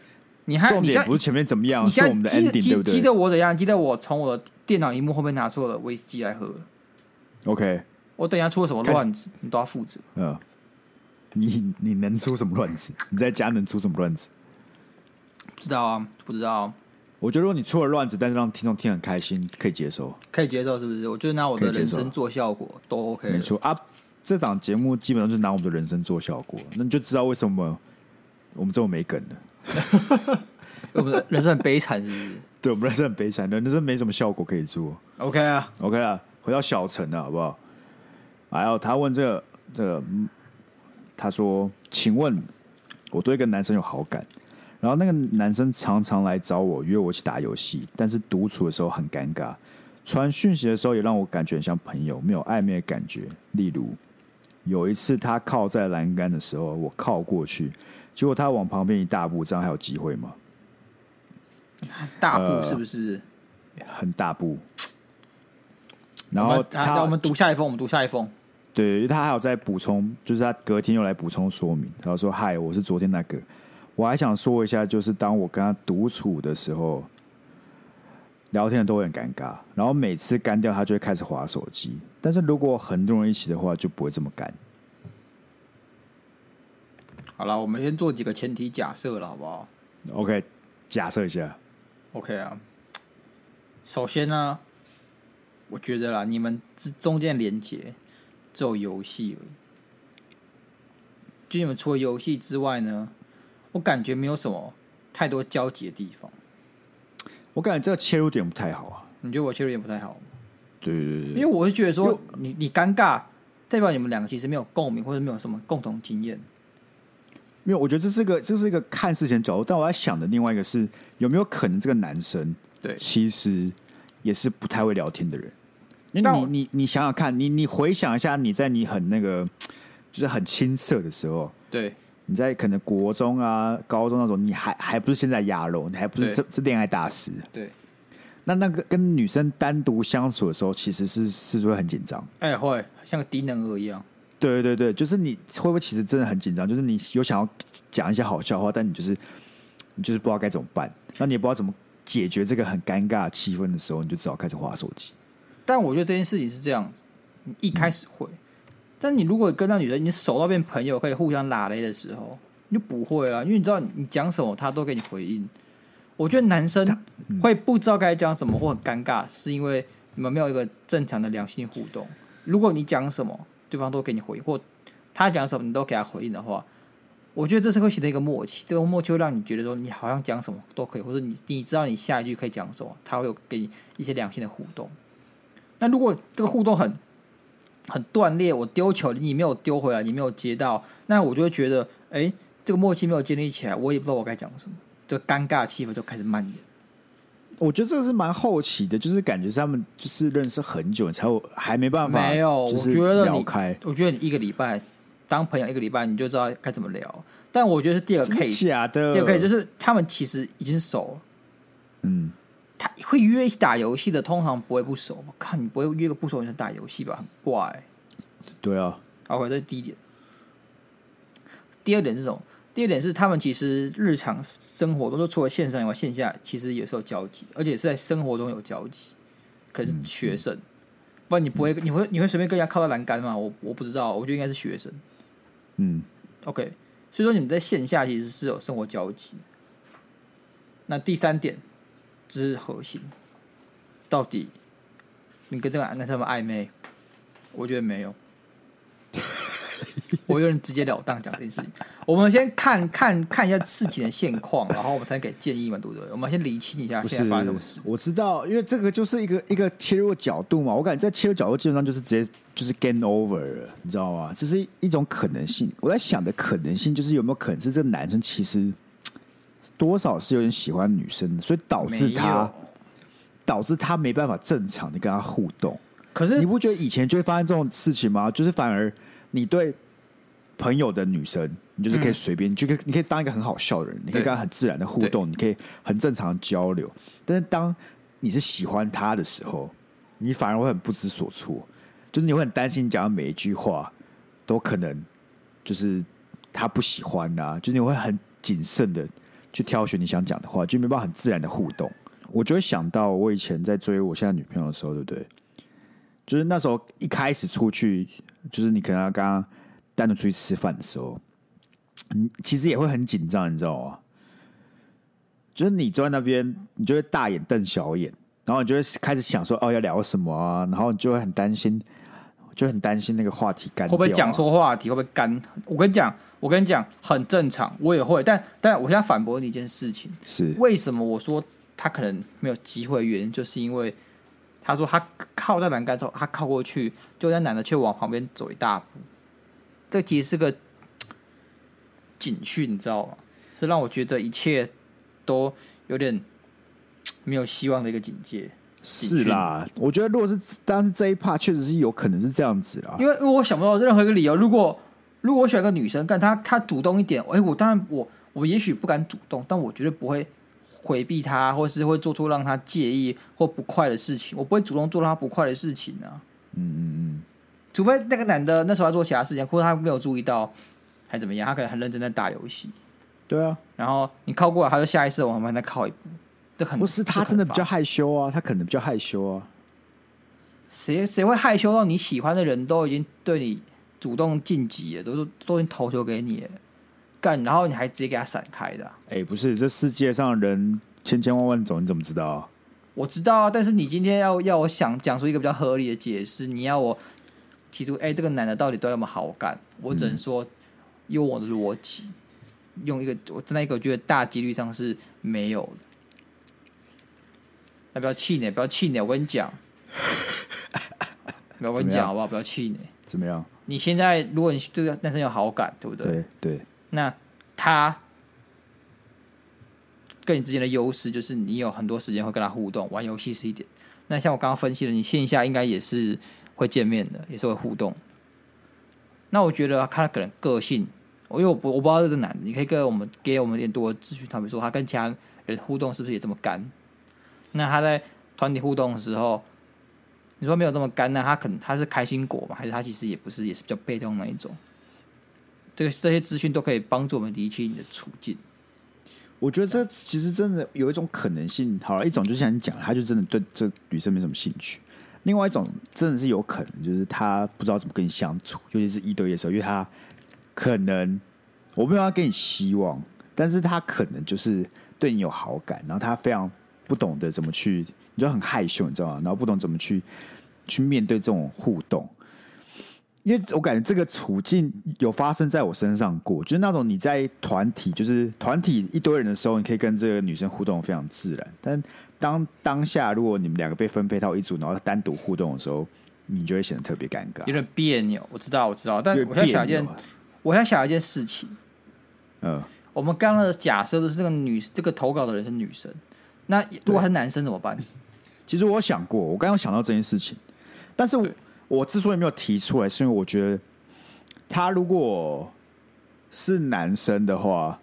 [SPEAKER 1] 你还
[SPEAKER 2] 重
[SPEAKER 1] 哎你
[SPEAKER 2] 点
[SPEAKER 1] 像
[SPEAKER 2] 不是前面怎么样，
[SPEAKER 1] 你
[SPEAKER 2] 是
[SPEAKER 1] 现
[SPEAKER 2] 我们的
[SPEAKER 1] 在记
[SPEAKER 2] ending 对
[SPEAKER 1] 记
[SPEAKER 2] 不
[SPEAKER 1] 记
[SPEAKER 2] 对
[SPEAKER 1] 得我怎样？记得我从我的电脑荧幕后面拿出我的威士忌来喝。
[SPEAKER 2] ？OK，
[SPEAKER 1] 我等一下出了什么乱子，你都要负责。
[SPEAKER 2] 嗯，你你能出什么乱子？你在家能出什么乱子？
[SPEAKER 1] 不知道啊，不知道啊、
[SPEAKER 2] 我觉得如果你出了乱子，但是让听众听很开心，可以接受，
[SPEAKER 1] 可以接受是不是？我就拿我
[SPEAKER 2] 可
[SPEAKER 1] 的
[SPEAKER 2] 以接
[SPEAKER 1] 人
[SPEAKER 2] 受
[SPEAKER 1] 生做效果，都 OK
[SPEAKER 2] 没
[SPEAKER 1] 了。
[SPEAKER 2] 错啊。这档节目基本上就是拿我们的人生做效果，那你就知道为什么我们这么没梗了。
[SPEAKER 1] 我们的人生很悲惨，是不 是
[SPEAKER 2] 对我们人生很悲惨，人生没什么效果可以做。
[SPEAKER 1] ？OK 啊，
[SPEAKER 2] OK 了，回到小陈了，好不好？还有他问这个这个，嗯他说：“请问我对一个男生有好感，然后那个男生常常来找我约我一起打游戏，但是独处的时候很尴尬，传讯息的时候也让我感觉很像朋友，没有暧昧的感觉。例如有一次他靠在栏杆的时候，我靠过去，结果他往旁边一大步，这样还有机会吗？
[SPEAKER 1] 大
[SPEAKER 2] 呃
[SPEAKER 1] 步是不是？
[SPEAKER 2] 很大步。”然
[SPEAKER 1] 我们
[SPEAKER 2] 后
[SPEAKER 1] 啊
[SPEAKER 2] 他
[SPEAKER 1] 那我们读下一封，我们读下一封。
[SPEAKER 2] 对，因为他还有在补充，就是他隔天又来补充说明，他说：“嗨，我是昨天那个。”我还想说一下，就是当我跟他独处的时候，聊天都会很尴尬，然后每次干掉他就会开始划手机。但是如果很多人一起的话，就不会这么干。
[SPEAKER 1] 好了，我们先做几个前提假设了，好不好
[SPEAKER 2] OK，假设一下，
[SPEAKER 1] ？OK 啊。首先呢，我觉得啦，你们之中间连接只有游戏而已。就你们除了游戏之外呢，我感觉没有什么太多交集的地方。
[SPEAKER 2] 我感觉这个切入点不太好啊。
[SPEAKER 1] 你觉得我切入点不太好吗？
[SPEAKER 2] 对对对
[SPEAKER 1] 因为我是觉得说，你你尴尬，代表你们两个其实没有共鸣，或者没有什么共同经验。
[SPEAKER 2] 没有，我觉得这是个这是一个看事情的角度，但我在想的另外一个是有没有可能这个男生
[SPEAKER 1] 对
[SPEAKER 2] 其实也是不太会聊天的人。因为
[SPEAKER 1] 但
[SPEAKER 2] 你
[SPEAKER 1] 我
[SPEAKER 2] 你你想想看，你你回想一下，你在你很那个就是很青涩的时候，
[SPEAKER 1] 对
[SPEAKER 2] 你在可能国中啊、高中那种，你还还不是现在亚柔，你还不是
[SPEAKER 1] 对
[SPEAKER 2] 这这恋爱大师。
[SPEAKER 1] 对，
[SPEAKER 2] 那那个跟女生单独相处的时候，其实是是不是会很紧张？
[SPEAKER 1] 哎、会像个低能儿一样，
[SPEAKER 2] 对对对，就是你会不会其实真的很紧张？就是你有想要讲一些好笑话，但你就是你就是不知道该怎么办，那你也不知道怎么解决这个很尴尬的气氛的时候，你就只好开始划手机。
[SPEAKER 1] 但我觉得这件事情是这样，你一开始会，但你如果跟那女生你熟到变朋友，可以互相拉勒的时候，你就不会了，因为你知道你讲什么，她都给你回应。我觉得男生会不知道该讲什么或很尴尬，是因为你们没有一个正常的良性互动。如果你讲什么，对方都给你回应，或他讲什么你都给他回应的话，我觉得这是会形成一个默契。这个默契会让你觉得说，你好像讲什么都可以，或者你你知道你下一句可以讲什么，他会有给你一些良性的互动。那如果这个互动很很断裂，我丢球你没有丢回来，你没有接到，那我就会觉得，哎、这个默契没有建立起来，我也不知道我该讲什么，这个尴尬气氛就开始蔓延。
[SPEAKER 2] 我觉得这个是蛮好奇的，就是感觉是他们就是认识很久，才有还没办法，
[SPEAKER 1] 没有，我
[SPEAKER 2] 就是
[SPEAKER 1] 觉得
[SPEAKER 2] 聊
[SPEAKER 1] 你
[SPEAKER 2] 开，，
[SPEAKER 1] 我觉得你一个礼拜当朋友一个礼拜，你就知道该怎么聊。但我觉得是第二个
[SPEAKER 2] 真的
[SPEAKER 1] case，
[SPEAKER 2] 假的？
[SPEAKER 1] 第二个 case 就是他们其实已经熟了，
[SPEAKER 2] 嗯，
[SPEAKER 1] 他会约一起打游戏的，通常不会不熟。我靠，你不会约个不熟的人打游戏吧？很怪、
[SPEAKER 2] 对啊，
[SPEAKER 1] OK，这是第一点。第二点是什么？第二点是他们其实日常生活中，就除了线上以外，线下其实也是有交集，而且是在生活中有交集。可是学生，不然你不会，你会你会随便跟人家靠到栏杆吗？我我不知道，我觉得应该是学生。
[SPEAKER 2] 嗯，
[SPEAKER 1] OK，所以说你们在线下其实是有生活交集。那第三点，这是核心，到底你跟这个男生有没有暧昧？我觉得没有， 我有点直截了当讲这件事情。我们先看看看一下事情的现况，然后我们才给建议嘛，对不对？我们先理清一下
[SPEAKER 2] 不
[SPEAKER 1] 现在
[SPEAKER 2] 是
[SPEAKER 1] 发生什么事。
[SPEAKER 2] 我知道，因为这个就是一个一个切入角度嘛。我感觉在切入角度基本上就是直接就是 game over 了，你知道吗？这是一种可能性。我在想的可能性就是有没有可能是这个男生其实多少是有点喜欢女生的，所以导致
[SPEAKER 1] 没
[SPEAKER 2] 他
[SPEAKER 1] 有，
[SPEAKER 2] 导致他没办法正常的跟他互动。
[SPEAKER 1] 可是
[SPEAKER 2] 你不觉得以前就会发生这种事情吗？就是反而你对朋友的女生，你就是可以
[SPEAKER 1] 嗯
[SPEAKER 2] 随便，你就可以你可以当一个很好笑的人，你可以跟她很自然的互动，你可以很正常的交流。但是当你是喜欢她的时候，你反而会很不知所措，就是你会很担心你讲的每一句话都可能就是她不喜欢啊，就是你会很谨慎的去挑选你想讲的话，就没办法很自然的互动。我就会想到我以前在追我现在女朋友的时候，对不对？就是那时候一开始出去，就是你可能要刚刚单独出去吃饭的时候，你其实也会很紧张，你知道吗？就是你坐在那边，你就会大眼瞪小眼，然后你就会开始想说哦要聊什么啊，然后你就会很担心，就很担心那个话题干、啊
[SPEAKER 1] 会不会讲
[SPEAKER 2] 错？
[SPEAKER 1] 错话题？会不会干？我跟你讲，我跟你讲，很正常，我也会。但但我现在反驳你一件事情。
[SPEAKER 2] 是
[SPEAKER 1] 为什么我说他可能没有机会？原因就是因为他说他靠在栏杆之后，他靠过去，就那男的却往旁边走一大步，这其实是个警讯，你知道吗？是让我觉得一切都有点没有希望的一个警戒。
[SPEAKER 2] 是啦，我觉得如果是当然是这一趴，确实是有可能是这样子啦。
[SPEAKER 1] 因为因为我想不到任何一个理由。如果如果我选一个女生，但她她主动一点，哎、我当然我我也许不敢主动，但我绝对不会回避她，或是会做出让她介意或不快的事情。我不会主动做让她不快的事情啊。嗯嗯嗯，除非那个男的那时候在做其他事情，或者他没有注意到，还怎么样？他可能很认真在打游戏，
[SPEAKER 2] 对啊，
[SPEAKER 1] 然后你靠过来，他就下意识地往旁边再靠一步，这很
[SPEAKER 2] 不是
[SPEAKER 1] 这
[SPEAKER 2] 他
[SPEAKER 1] 很
[SPEAKER 2] 真的比较
[SPEAKER 1] 烦
[SPEAKER 2] 害羞啊，他可能比较害羞啊。
[SPEAKER 1] 谁谁会害羞到你喜欢的人都已经对你主动晋级了，都都已经投球给你了，干，然后你还直接给他闪开的啊、
[SPEAKER 2] 哎、不是，这世界上人千千万万种，你怎么知道啊？
[SPEAKER 1] 我知道啊，但是你今天要要我想讲出一个比较合理的解释，你要我提出，哎、这个男的到底对我有没有好感？我只能说，用我的逻辑，用一个我真的一个，我觉得大几率上是没有的。哎那不要气馁，不要气馁，我跟你讲，不要我跟你
[SPEAKER 2] 怎么样
[SPEAKER 1] 讲好不好？不要气馁。
[SPEAKER 2] 怎么样？
[SPEAKER 1] 你现在如果你对这个男生有好感，对不对？
[SPEAKER 2] 对对，
[SPEAKER 1] 那他跟你之间的优势就是你有很多时间会跟他互动，玩游戏是一点。那像我刚刚分析的，你线下应该也是会见面的，也是会互动。那我觉得看他个人个性，我因为我不我不知道这个男的，你可以给我们给我们一点多的资讯，他们说他跟其他人互动是不是也这么干？那他在团体互动的时候，你说没有这么干，那他可能他是开心果嘛，还是他其实也不是，也是比较被动那一种？这个这些资讯都可以帮助我们理清你的处境。
[SPEAKER 2] 我觉得这其实真的有一种可能性，好了，一种就像你讲的，他就真的对这女生没什么兴趣；，另外一种真的是有可能，就是他不知道怎么跟你相处，尤其是一对一的时候，因为他可能我没有要给你希望，但是他可能就是对你有好感，然后他非常不懂得怎么去，你就很害羞，你知道吗？然后不懂怎么去去面对这种互动。因为我感觉这个处境有发生在我身上过，就是那种你在团体，就是团体一堆人的时候，你可以跟这个女生互动非常自然。但当当下如果你们两个被分配到一组，然后单独互动的时候，你就会显得特别尴尬
[SPEAKER 1] 有。点别扭，我知道，我知道，但
[SPEAKER 2] 有
[SPEAKER 1] 我现在想一
[SPEAKER 2] 别扭
[SPEAKER 1] 件
[SPEAKER 2] 啊，
[SPEAKER 1] 我现在想一件事情。
[SPEAKER 2] 嗯，
[SPEAKER 1] 我们刚刚的假设就是这个女，这个投稿的人是女生，那如果她是男生怎么办？
[SPEAKER 2] 其实我有想过，我刚刚有想到这件事情，但是我我之所以没有提出来，是因为我觉得他如果是男生的话，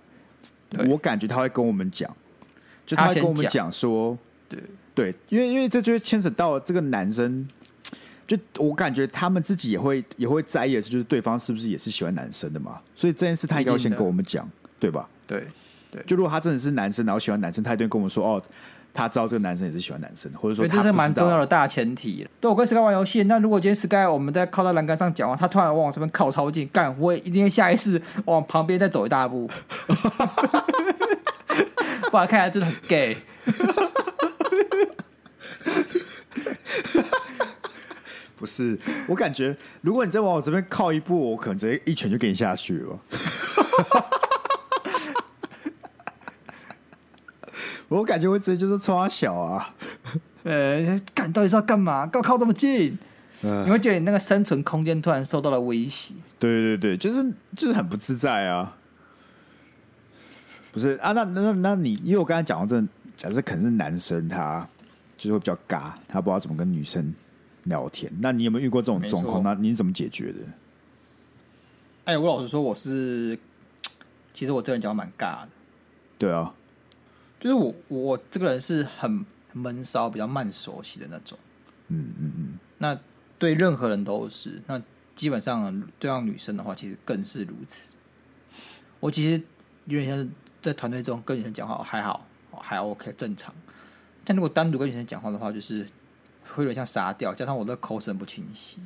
[SPEAKER 1] 对
[SPEAKER 2] 我感觉他会跟我们讲，就他
[SPEAKER 1] 他
[SPEAKER 2] 会
[SPEAKER 1] 先
[SPEAKER 2] 跟我们
[SPEAKER 1] 讲
[SPEAKER 2] 讲说，
[SPEAKER 1] 对
[SPEAKER 2] 对，因为因为这就会牵扯到这个男生，就我感觉他们自己也会也会在意的是，就是对方是不是也是喜欢男生的嘛，所以这件事他应该要
[SPEAKER 1] 一定
[SPEAKER 2] 先
[SPEAKER 1] 的
[SPEAKER 2] 跟我们讲，对吧？
[SPEAKER 1] 对，
[SPEAKER 2] 就如果他真的是男生，然后喜欢男生，他一定会跟我们说，哦，他知道这个男生也是喜欢男生的，或者
[SPEAKER 1] 所
[SPEAKER 2] 说
[SPEAKER 1] 以
[SPEAKER 2] 他
[SPEAKER 1] 这是
[SPEAKER 2] 不
[SPEAKER 1] 蛮
[SPEAKER 2] 知道
[SPEAKER 1] 重要的大前提。 对，我跟 Sky 玩游戏，那如果今天 Sky 我们在靠到栏杆上讲话，他突然往我这边靠超近，干，我也一定下意识往旁边再走一大 步， 不然看起来真的很 gay。
[SPEAKER 2] 不是，我感觉如果你再往我这边靠一步，我可能直接一拳就给你下 去了。我感觉我直接就是冲他小啊，
[SPEAKER 1] 呃，干到底是要干嘛？干嘛靠这么近？你会觉得你那个生存空间突然受到了威胁。
[SPEAKER 2] 对对对，就是就是很不自在啊。不是啊，那那那那你，因为我刚才讲到这，假设可能是男生他就是会比较尬，他不知道怎么跟女生聊天。那你有没有遇过这种
[SPEAKER 1] 没错
[SPEAKER 2] 状况？那你怎么解决的？
[SPEAKER 1] 哎，我老实说，我是，其实我这个人讲话蛮尬的，
[SPEAKER 2] 对啊，
[SPEAKER 1] 就是我我这个人是很闷骚、比较慢熟悉的那种。
[SPEAKER 2] 嗯嗯嗯，
[SPEAKER 1] 那对任何人都是，那基本上对上女生的话，其实更是如此。我其实有点像是在团队中跟女生讲话哦还好，哦还 OK 正常，但如果单独跟女生讲话的话，就是会有点像沙掉，加上我的口齿很不清晰，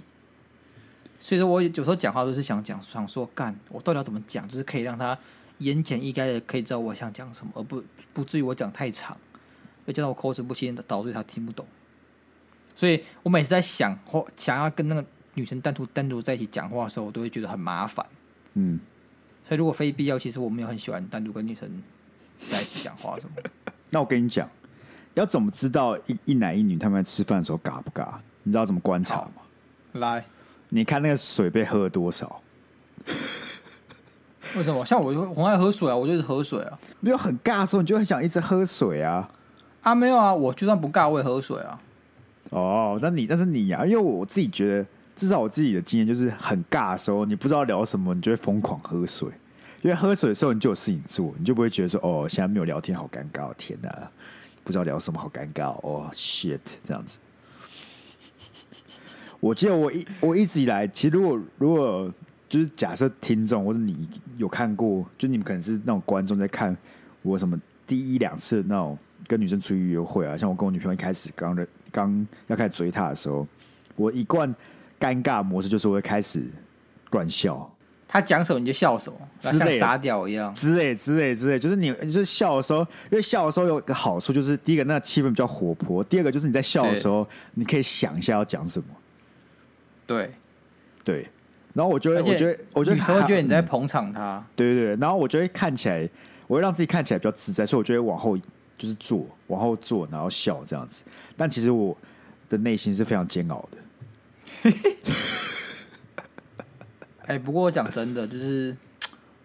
[SPEAKER 1] 所以说我有时候讲话都是想讲想说干，我到底要怎么讲，就是可以让她言简意赅的可以知道我想讲什么，而不不至于我讲太长，又加上我口齿不清，导致她听不懂。所以我每次在想或想要跟那个女生单独单独在一起讲话的时候，我都会觉得很麻烦。
[SPEAKER 2] 嗯，
[SPEAKER 1] 所以如果非必要，其实我没有很喜欢单独跟女生在一起讲话什么。
[SPEAKER 2] 那我跟你讲，要怎么知道一一男一女他们在吃饭的时候尬不尬？你知道怎么观察吗？
[SPEAKER 1] 来，
[SPEAKER 2] 你看那个水被喝了多少，
[SPEAKER 1] 为什么？像我就我很爱喝水啊，我就是喝水啊。
[SPEAKER 2] 没有很尬的时候，你就很想一直喝水啊。
[SPEAKER 1] 啊，没有啊，我就算不尬，我也喝水啊。
[SPEAKER 2] 哦，那你那是你啊，因为我自己觉得，至少我自己的经验就是，很尬的时候，你不知道聊什么，你就会疯狂喝水。因为喝水的时候，你就有事情做，你就不会觉得说，哦，现在没有聊天，好尴尬、哦，天哪、不知道聊什么，好尴尬哦哦，shit，这样子。我记得我一我一直以来，其实如果如果就是假设听众或者你有看过，就你们可能是那种观众在看我什么第一两次那种跟女生出去约会啊，像我跟我女朋友一开始刚认刚要开始追她的时候，我一贯尴尬模式就是我会开始乱笑
[SPEAKER 1] 他讲什么你就笑什么，然后
[SPEAKER 2] 之类
[SPEAKER 1] 像
[SPEAKER 2] 的
[SPEAKER 1] 傻屌一样。
[SPEAKER 2] 之类之类之类，就是你就是笑的时候，因为笑的时候有一个好处就是第一个那个气氛比较活泼，第二个就是你在笑的时候你可以想一下要讲什么，
[SPEAKER 1] 对，
[SPEAKER 2] 对。然后我就会，
[SPEAKER 1] 而
[SPEAKER 2] 我觉
[SPEAKER 1] 且
[SPEAKER 2] 得，我觉得
[SPEAKER 1] 女生会觉得你在
[SPEAKER 2] 嗯
[SPEAKER 1] 捧场她。
[SPEAKER 2] 对对对，然后我就会看起来，我会让自己看起来比较自在，所以我就会往后就是坐，往后坐，然后笑这样子。但其实我的内心是非常煎熬的。
[SPEAKER 1] 哎、不过我讲真的，就是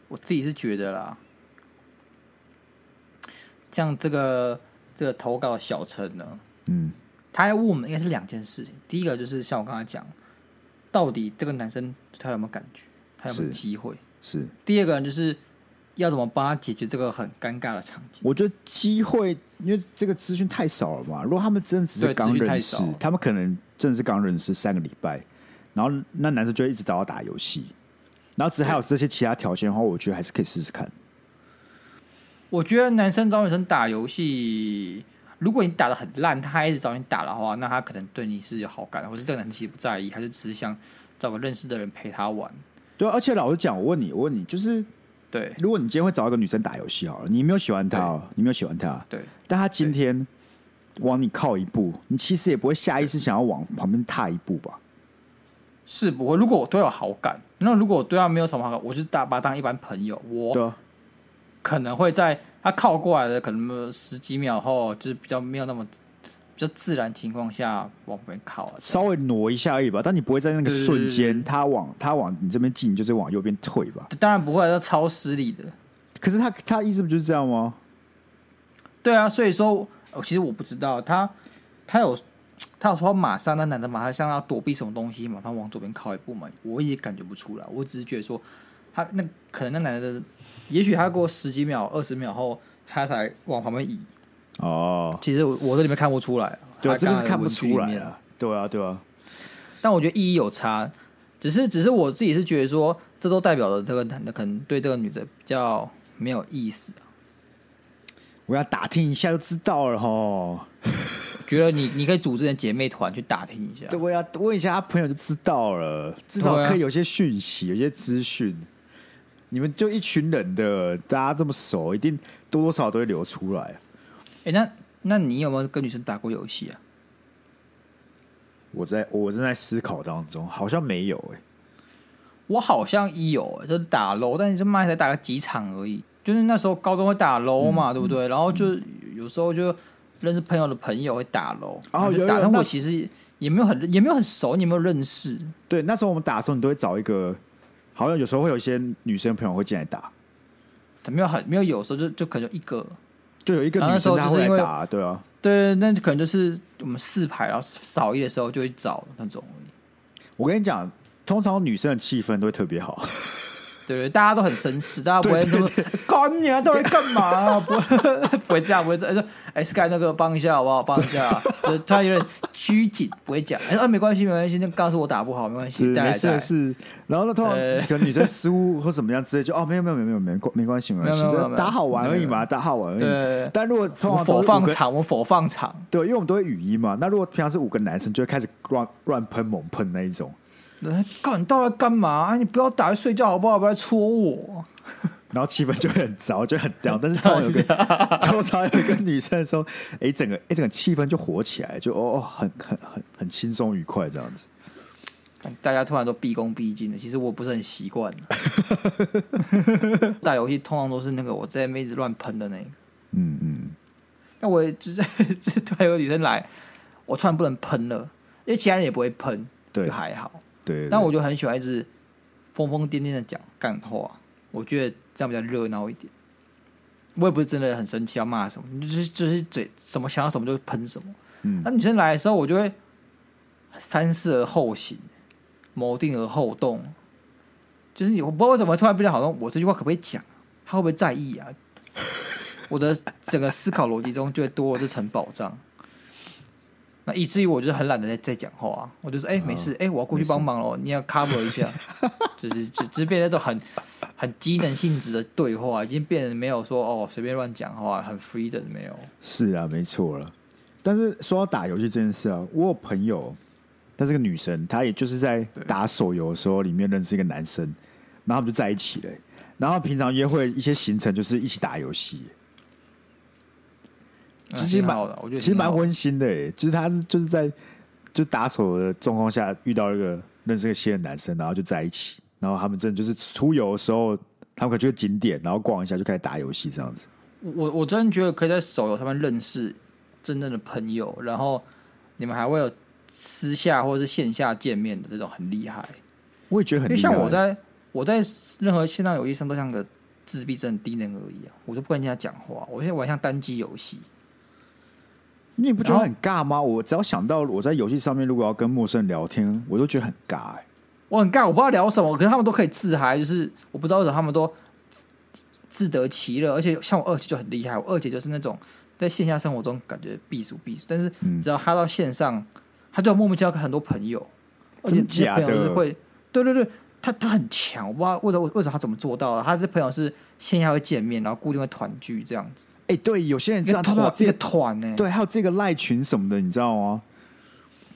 [SPEAKER 1] 我自己是觉得啦，像这个这个投稿小陈呢，
[SPEAKER 2] 嗯，
[SPEAKER 1] 他要问我们应该是两件事情。第一个就是像我刚才讲，到底这个男生他有没有感觉，他有没有
[SPEAKER 2] 是
[SPEAKER 1] 机会？
[SPEAKER 2] 是，
[SPEAKER 1] 第二个呢，就是要怎么帮他解决这个很尴尬的场景。
[SPEAKER 2] 我觉得机会，因为这个资讯太少了嘛。如果他们真的只是
[SPEAKER 1] 对
[SPEAKER 2] 刚
[SPEAKER 1] 资讯太
[SPEAKER 2] 认识
[SPEAKER 1] 少了，
[SPEAKER 2] 他们可能真的是刚认识三个礼拜，然后那男生就会一直找他打游戏，然后只还有这些其他条件的话，我觉得还是可以试试看。
[SPEAKER 1] 我觉得男生找女生打游戏，如果你打的很烂，他还一直找你打的话，那他可能对你是有好感的，或是这个男生其实不在意，他就只是想找个认识的人陪他玩。
[SPEAKER 2] 对啊、而且老实讲，我问你，我问你，就是
[SPEAKER 1] 对
[SPEAKER 2] 如果你今天会找一个女生打游戏好了，你没有喜欢她哦，你没有喜欢她，
[SPEAKER 1] 对，
[SPEAKER 2] 但她今天往你靠一步，你其实也不会下意识想要往旁边踏一步吧？
[SPEAKER 1] 是不会。如果我对他有好感，那如果我对他没有什么好感，我就打把他当一般朋友，
[SPEAKER 2] 对
[SPEAKER 1] 我
[SPEAKER 2] 啊，
[SPEAKER 1] 可能会在他靠过来的可能十几秒后，就是比较没有那么比较自然情况下往旁边靠了。啊
[SPEAKER 2] 稍微挪一下而已吧，但你不会在那个
[SPEAKER 1] 对
[SPEAKER 2] 瞬
[SPEAKER 1] 对
[SPEAKER 2] 间，她往她往你这边进，你就是往右边退吧？
[SPEAKER 1] 当然不会，要超失礼的。
[SPEAKER 2] 可是他他的意思不就是这样吗？
[SPEAKER 1] 对啊，所以说，呃其实我不知道他，他有他有说马上那男的马上像要躲避什么东西，马上往左边靠一步嘛，我也感觉不出来，我只是觉得说他那可能那男的，也许他过十几秒、二十秒后，他才往旁边移。
[SPEAKER 2] 哦，
[SPEAKER 1] 其实我我这里面看不出来，
[SPEAKER 2] 对
[SPEAKER 1] 他
[SPEAKER 2] 啊，这
[SPEAKER 1] 刚
[SPEAKER 2] 个
[SPEAKER 1] 才
[SPEAKER 2] 是看不
[SPEAKER 1] 文字里
[SPEAKER 2] 出来
[SPEAKER 1] 面
[SPEAKER 2] 啊。对啊，对啊，
[SPEAKER 1] 但我觉得意义有差，只是只是我自己是觉得说，这都代表了这个男的可能对这个女的比较没有意思，啊
[SPEAKER 2] 我要打听一下就知道了吼。
[SPEAKER 1] 觉得你你可以组织点姐妹团去打听一下。
[SPEAKER 2] 对，我要问一下他朋友就知道了，至少
[SPEAKER 1] 对啊
[SPEAKER 2] 可以有些讯息，有些资讯。你们就一群人的，大家这么熟，一定多多少少都会流出来。
[SPEAKER 1] 哎、那那你有没有跟女生打过游戏啊？
[SPEAKER 2] 我在我正在思考当中，好像没有哎、
[SPEAKER 1] 我好像有、就是打 LO，但是妈才打个几场而已。就是那时候高中会打 LO
[SPEAKER 2] 嗯
[SPEAKER 1] 嘛，对不对？然后就有时候就认识朋友的朋友会打 LO，然后
[SPEAKER 2] 哦
[SPEAKER 1] 就
[SPEAKER 2] 有
[SPEAKER 1] 打，
[SPEAKER 2] 有
[SPEAKER 1] 但
[SPEAKER 2] 那
[SPEAKER 1] 我其实也没有很也没有很熟，你有没有认识？
[SPEAKER 2] 对，那时候我们打的时候，你都会找一个，好像有时候会有一些女生朋友会进来打，
[SPEAKER 1] 没有很没有，有时候就就可能就一个。
[SPEAKER 2] 就有一个
[SPEAKER 1] 然后那
[SPEAKER 2] 女
[SPEAKER 1] 时候
[SPEAKER 2] 生她
[SPEAKER 1] 就是
[SPEAKER 2] 会
[SPEAKER 1] 因
[SPEAKER 2] 来
[SPEAKER 1] 为
[SPEAKER 2] 打，对啊。
[SPEAKER 1] 对，那可能就是我们四排，然后少一的时候就会找那种而已。
[SPEAKER 2] 我跟你讲，通常女生的气氛都会特别好。
[SPEAKER 1] 对对，大家都很绅士，大家不会说“干你啊，到底干嘛、啊”，不会 不会这样，不会这样。说“哎，Sky 那个帮一下好不好？帮一下、 啊。”就是他有点拘谨，不会讲。哎，啊没关系，没关系，那刚是我打不好，没关
[SPEAKER 2] 是
[SPEAKER 1] 系，再来
[SPEAKER 2] 没事
[SPEAKER 1] 再
[SPEAKER 2] 没
[SPEAKER 1] 来。
[SPEAKER 2] 事。然后呢，通常
[SPEAKER 1] 呃
[SPEAKER 2] 可能女生失误或怎么样之类，就哦没有没有没有没有没关没关系没关系，
[SPEAKER 1] 没有没有没有
[SPEAKER 2] 就打好玩而已嘛，打好玩
[SPEAKER 1] 对对
[SPEAKER 2] 而已
[SPEAKER 1] 对。
[SPEAKER 2] 但如果
[SPEAKER 1] 我
[SPEAKER 2] 通
[SPEAKER 1] 们
[SPEAKER 2] 常都是
[SPEAKER 1] 否放
[SPEAKER 2] 五个，
[SPEAKER 1] 场，我们否放场，
[SPEAKER 2] 对，因为我们都会语音嘛。那如果平常是五个男生，就会开始乱乱喷猛喷那一种。
[SPEAKER 1] 哎干你到底干嘛、啊？你不要打，睡觉好不好？不要来戳我。
[SPEAKER 2] 然后气氛就会很糟，就很 down。但是通常有个通常有个女生说，哎，整个哎整个气氛就火起来，就哦哦很很很很轻松愉快这样子。
[SPEAKER 1] 看大家突然都毕恭毕敬的，其实我不是很习 惯。打游戏通常都是那个我在那边一直乱喷的那个。
[SPEAKER 2] 嗯嗯，
[SPEAKER 1] 那我也 只只突然有个女生来，我突然不能喷了，因为其他人也不会喷，
[SPEAKER 2] 对
[SPEAKER 1] 就还好。
[SPEAKER 2] 对。
[SPEAKER 1] 但
[SPEAKER 2] 对
[SPEAKER 1] 我就很喜欢一直疯疯癫癫的讲干话，我觉得这样比较热闹一点。我也不是真的很生气要骂什么，就是就是嘴什么想到什么就喷什么。
[SPEAKER 2] 嗯
[SPEAKER 1] 那女生来的时候，我就会三思而后行，谋定而后动。就是你，我不知道为什么突然变得好像我这句话可不可以讲，她会不会在意啊？我的整个思考逻辑中就会多了这层保障。那以至于我就很懒得再再讲话、啊，我就说哎、没
[SPEAKER 2] 嗯
[SPEAKER 1] 事，哎、我要过去帮忙了，你要 cover 一下，就是只只变成那种很很机能性质的对话，已经变得没有说哦随便乱讲话，很 free 的没有。
[SPEAKER 2] 是啊，没错了。但是说到打游戏这件事啊，我有朋友，她是个女生，她也就是在打手游的时候里面认识一个男生，然后他们就在一起了欸、然后平常约会一些行程就是一起打游戏，
[SPEAKER 1] 嗯
[SPEAKER 2] 其实
[SPEAKER 1] 挺
[SPEAKER 2] 蛮
[SPEAKER 1] 好的，我觉得
[SPEAKER 2] 其实蛮
[SPEAKER 1] 温。
[SPEAKER 2] 温馨的、欸。就是她是就是在就打手游的状况下遇到一个认识一个新的男生，然后就在一起，然后他们真的就是出游的时候，他们可能去个景点，然后逛一下就开始打游戏这样子。
[SPEAKER 1] 我我真的觉得可以在手游上面认识真正的朋友，然后你们还会有私下或者是线下见面的这种很厉害。
[SPEAKER 2] 我也觉得很
[SPEAKER 1] 因为
[SPEAKER 2] 厉害，
[SPEAKER 1] 像我在我在任何线上游戏上都像个自闭症低能而已啊，我就不跟人家讲话，我现在玩像单机游戏，
[SPEAKER 2] 你不觉得很尬吗？我只要想到我在游戏上面如果要跟陌生人聊天，我都觉得很尬、欸。
[SPEAKER 1] 我很尬，我不知道聊什么，可是他们都可以自嗨，就是我不知道为什么他们都自得其乐，而且像我二姐就很厉害，我二姐就是那种在线下生活中感觉避暑避暑，但是
[SPEAKER 2] 嗯
[SPEAKER 1] 只要她到线上，她就莫名其妙跟很多朋友，而且
[SPEAKER 2] 真
[SPEAKER 1] 这些
[SPEAKER 2] 假
[SPEAKER 1] 朋友就是
[SPEAKER 2] 的
[SPEAKER 1] 会，对对对，她她很强，我不知道为什么为什么她怎么做到的，她这朋友是线下会见面，然后固定会团聚这样子，
[SPEAKER 2] 哎、对，有些人
[SPEAKER 1] 一
[SPEAKER 2] 这
[SPEAKER 1] 个
[SPEAKER 2] 样，他们有
[SPEAKER 1] 团一
[SPEAKER 2] 这
[SPEAKER 1] 个
[SPEAKER 2] 个
[SPEAKER 1] 团呢、欸
[SPEAKER 2] 对，还有这个赖群什么的，你知道吗？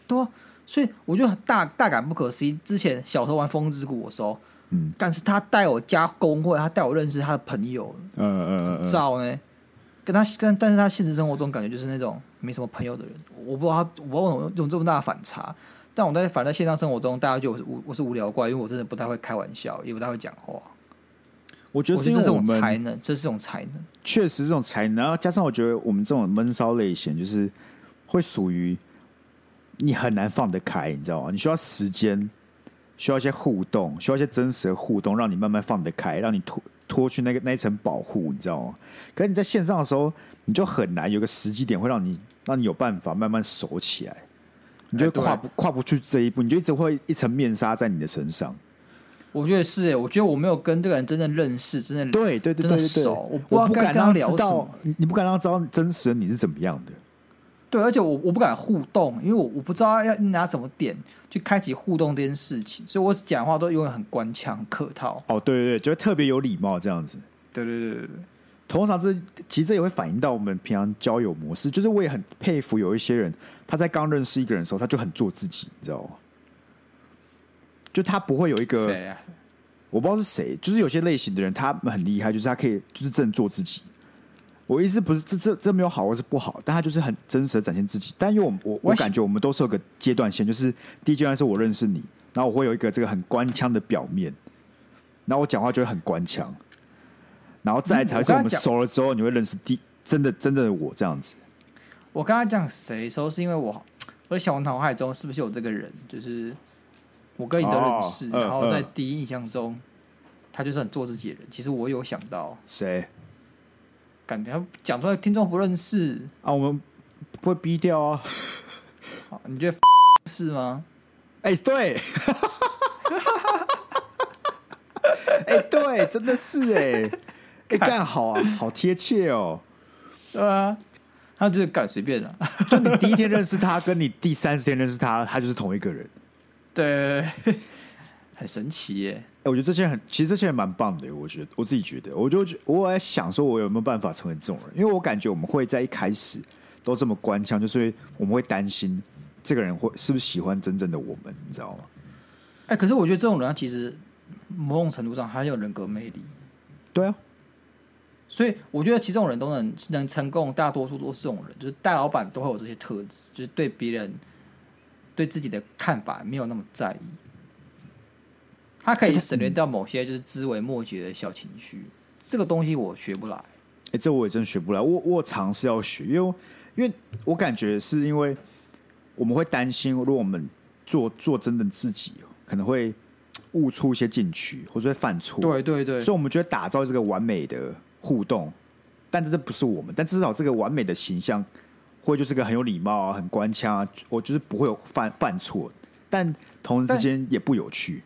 [SPEAKER 1] 对啊，所以我就很大大感不可思议。之前小时候玩《风之谷》的时候，
[SPEAKER 2] 嗯，
[SPEAKER 1] 但是他带我加工会，他带我认识他的朋友，
[SPEAKER 2] 呃呃呃，
[SPEAKER 1] 照呢，跟他跟但是他现实生活中感觉就是那种没什么朋友的人，我不知道他我不知道为什么有这么大的反差。但我在反正在线上生活中，大家就我是无我是无聊怪，因为我真的不太会开玩笑，也不太会讲话。
[SPEAKER 2] 我觉
[SPEAKER 1] 我觉
[SPEAKER 2] 得是
[SPEAKER 1] 得
[SPEAKER 2] 因
[SPEAKER 1] 这
[SPEAKER 2] 为
[SPEAKER 1] 是
[SPEAKER 2] 我
[SPEAKER 1] 种才
[SPEAKER 2] 们
[SPEAKER 1] 能，这是种才能。
[SPEAKER 2] 确实这种才能，然后加上我觉得我们这种闷骚类型，就是会属于你很难放得开，你知道吗？你需要时间，需要一些互动，需要一些真实的互动，让你慢慢放得开，让你脱脱去那个那一层保护，你知道吗？可是你在线上的时候，你就很难有个时机点会让你让你有办法慢慢熟起来，你就
[SPEAKER 1] 哎
[SPEAKER 2] 会
[SPEAKER 1] 对
[SPEAKER 2] 跨不、跨不去这一步，你就一直会一层面纱在你的身上。
[SPEAKER 1] 我觉得是、欸，我觉得我没有跟这个人真正认识，真正
[SPEAKER 2] 对对对对
[SPEAKER 1] 真的
[SPEAKER 2] 对对，
[SPEAKER 1] 熟我不知道
[SPEAKER 2] 不
[SPEAKER 1] 该
[SPEAKER 2] 敢
[SPEAKER 1] 跟他
[SPEAKER 2] 让
[SPEAKER 1] 聊什
[SPEAKER 2] 知道
[SPEAKER 1] 么，
[SPEAKER 2] 你你不敢让他知道真实的你是怎么样的。
[SPEAKER 1] 对，而且我我不敢互动，因为我我不知道要拿什么点去开启互动这件事情，所以我讲话都永远很官腔、很客套。
[SPEAKER 2] 哦，对对对，就会特别有礼貌这样子。
[SPEAKER 1] 对对对对对，
[SPEAKER 2] 通常这其实这也会反映到我们平常交友模式，就是我也很佩服有一些人，他在刚认识一个人的时候，他就很做自己，你知道吗？就他不会有一个
[SPEAKER 1] 谁啊？
[SPEAKER 2] 我不知道是谁，就是有些类型的人，他们很厉害，就是他可以就是真的做自己。我意思不是这这这没有好或是不好，但他就是很真实的展现自己。但因为我们我我
[SPEAKER 1] 我喜
[SPEAKER 2] 感觉我们都是有个阶段线，就是第一阶段是我认识你，然后我会有一个这个很官腔的表面，然后我讲话就会很官腔，然后再来
[SPEAKER 1] 嗯
[SPEAKER 2] 才
[SPEAKER 1] 我
[SPEAKER 2] 是
[SPEAKER 1] 刚才
[SPEAKER 2] 我们
[SPEAKER 1] 讲
[SPEAKER 2] 熟了之后，你会认识第真的真正的我这样子。
[SPEAKER 1] 我刚才讲谁的时候，是因为我我的小脑海中是不是有这个人？就是我跟你的认识，
[SPEAKER 2] 哦嗯
[SPEAKER 1] 然后在
[SPEAKER 2] 嗯
[SPEAKER 1] 第一印象中，他就是很做自己的人。其实我有想到，
[SPEAKER 2] 谁
[SPEAKER 1] 感觉他讲出来听众不认识，
[SPEAKER 2] 啊？我们不会逼掉啊？
[SPEAKER 1] 好你觉得 是吗？
[SPEAKER 2] 哎、对，哎、对，真的是哎、哎、干好啊，好贴切哦！
[SPEAKER 1] 对啊，他就是敢随便啊了、
[SPEAKER 2] 就你第一天认识他，跟你第三十天认识他，他就是同一个人。
[SPEAKER 1] 对对对对， 很神奇耶、
[SPEAKER 2] 哎、我觉得这些人很，其实这些人蛮棒的。欸我觉得我自己觉得，我就觉我在想说，我有没有办法成为这种人？因为我感觉我们会在一开始都这么官腔，就是我们会担心这个人会是不是喜欢真正的我们，你知道吗？
[SPEAKER 1] 哎、可是我觉得这种人，他其实某种程度上很有人格魅力，
[SPEAKER 2] 对啊，
[SPEAKER 1] 所以我觉得其实这种人都能能成功，大多数都是这种人，就是大老板都会有这些特质，就是对别人对自己的看法没有那么在意，他可以省略掉某些就是枝微末节的小情绪，这个东西我学不来。
[SPEAKER 2] 哎、这我也真学不来。我我有尝试要学，因为我因为我感觉是因为我们会担心，如果我们做做真的自己，可能会嘖悟出一些禁区，或者会犯错。，
[SPEAKER 1] 对对对
[SPEAKER 2] 所以，我们就会打造这个完美的互动，但这不是我们，但至少这个完美的形象会就是个很有礼貌啊，很官腔啊，我就是不会有犯犯错，但同时之间也不有趣。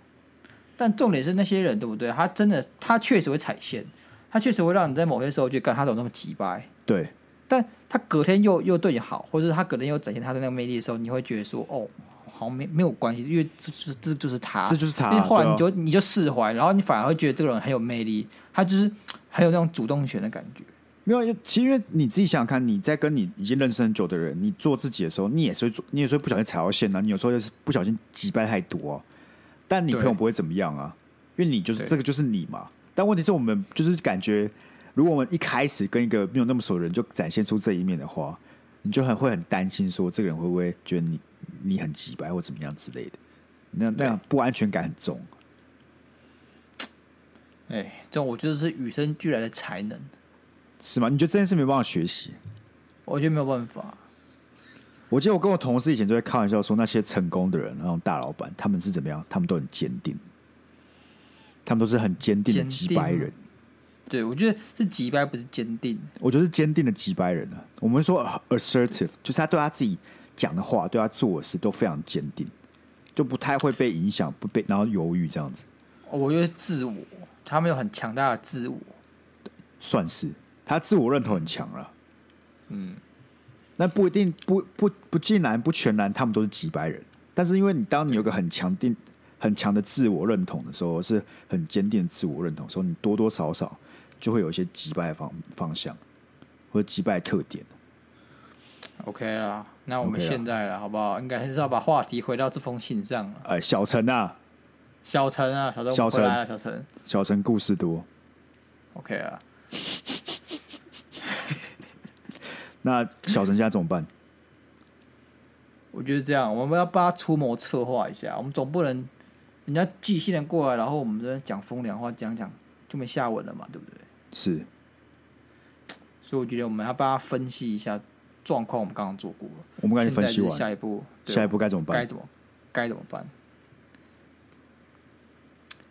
[SPEAKER 1] 但重点是那些人对不对？他真的他确实会踩线，他确实会让你在某些时候觉得，干他怎么那么急掰。
[SPEAKER 2] 对，
[SPEAKER 1] 但他隔天又又对你好，或者是他隔天又展现他的那个魅力的时候，你会觉得说，哦，好像没没有关系，因为这这这就是他，
[SPEAKER 2] 这就是他
[SPEAKER 1] 因为后来
[SPEAKER 2] 对啊
[SPEAKER 1] 你就、你就释怀，然后你反而会觉得这个人很有魅力，他就是很有那种主动权的感觉。
[SPEAKER 2] 没有，因为其实因为你自己想想看，你在跟你已经认识很久的人，你做自己的时候，你也是会做，你也是会不小心踩到线啊，你有时候就是不小心击败太多、啊，但你
[SPEAKER 1] 对
[SPEAKER 2] 朋友不会怎么样啊，因为你就是
[SPEAKER 1] 对
[SPEAKER 2] 这个就是你嘛。但问题是我们就是感觉，如果我们一开始跟一个没有那么熟的人就展现出这一面的话，你就很会很担心说这个人会不会觉得你你很击败或怎么样之类的，那那样不安全感很重。
[SPEAKER 1] 哎，这种我觉得是与生俱来的才能，
[SPEAKER 2] 是吗？你觉得这件事没办法学习？
[SPEAKER 1] 我觉得没有办法。
[SPEAKER 2] 我记得我跟我同事以前就会开玩笑说，那些成功的人，那种大老板，他们是怎么样？他们都很坚定，他们都是很坚定的
[SPEAKER 1] 坚
[SPEAKER 2] 几
[SPEAKER 1] 定
[SPEAKER 2] 百人。
[SPEAKER 1] 对我觉得是击败不是坚定，
[SPEAKER 2] 我觉得是坚定的几百人啊。我们说 assertive，就是他对他自己讲的话，对他做的事都非常坚定，就不太会被影响，不被然后犹豫这样子，
[SPEAKER 1] 我觉得自我，他们有很强大的自我，
[SPEAKER 2] 算是他自我认同很强了。嗯，那不一定不不不尽然不全然，他们都是几百人，但是因为你当你有个很强定很强的自我认同的时候，是很坚定的自我认同的时候，你多多少少就会有一些击败的方方向或者击败的特点。
[SPEAKER 1] OK 啦，那我们
[SPEAKER 2] OK 啦
[SPEAKER 1] 现在了好不好？应该还是要把话题回到这封信上了。
[SPEAKER 2] 呃，小陈啊，
[SPEAKER 1] 小陈啊，小陈我们
[SPEAKER 2] 小陈
[SPEAKER 1] 回来了，小陈
[SPEAKER 2] 小陈故事多。
[SPEAKER 1] OK 啊。
[SPEAKER 2] 那小陈现在怎么 办？
[SPEAKER 1] 我觉得这样，我们要帮他出谋策划一下，我们总不能人家寄信人过来，然后我们这边讲风凉话，讲讲就没下文了嘛，对不对？
[SPEAKER 2] 是
[SPEAKER 1] 所以我觉得我们要帮他分析一下状况，我们刚刚做过了，
[SPEAKER 2] 我们赶紧
[SPEAKER 1] 现在
[SPEAKER 2] 分析
[SPEAKER 1] 就是
[SPEAKER 2] 完，
[SPEAKER 1] 下一步，对
[SPEAKER 2] 下一步该怎么
[SPEAKER 1] 该
[SPEAKER 2] 办？
[SPEAKER 1] 怎么该怎么办？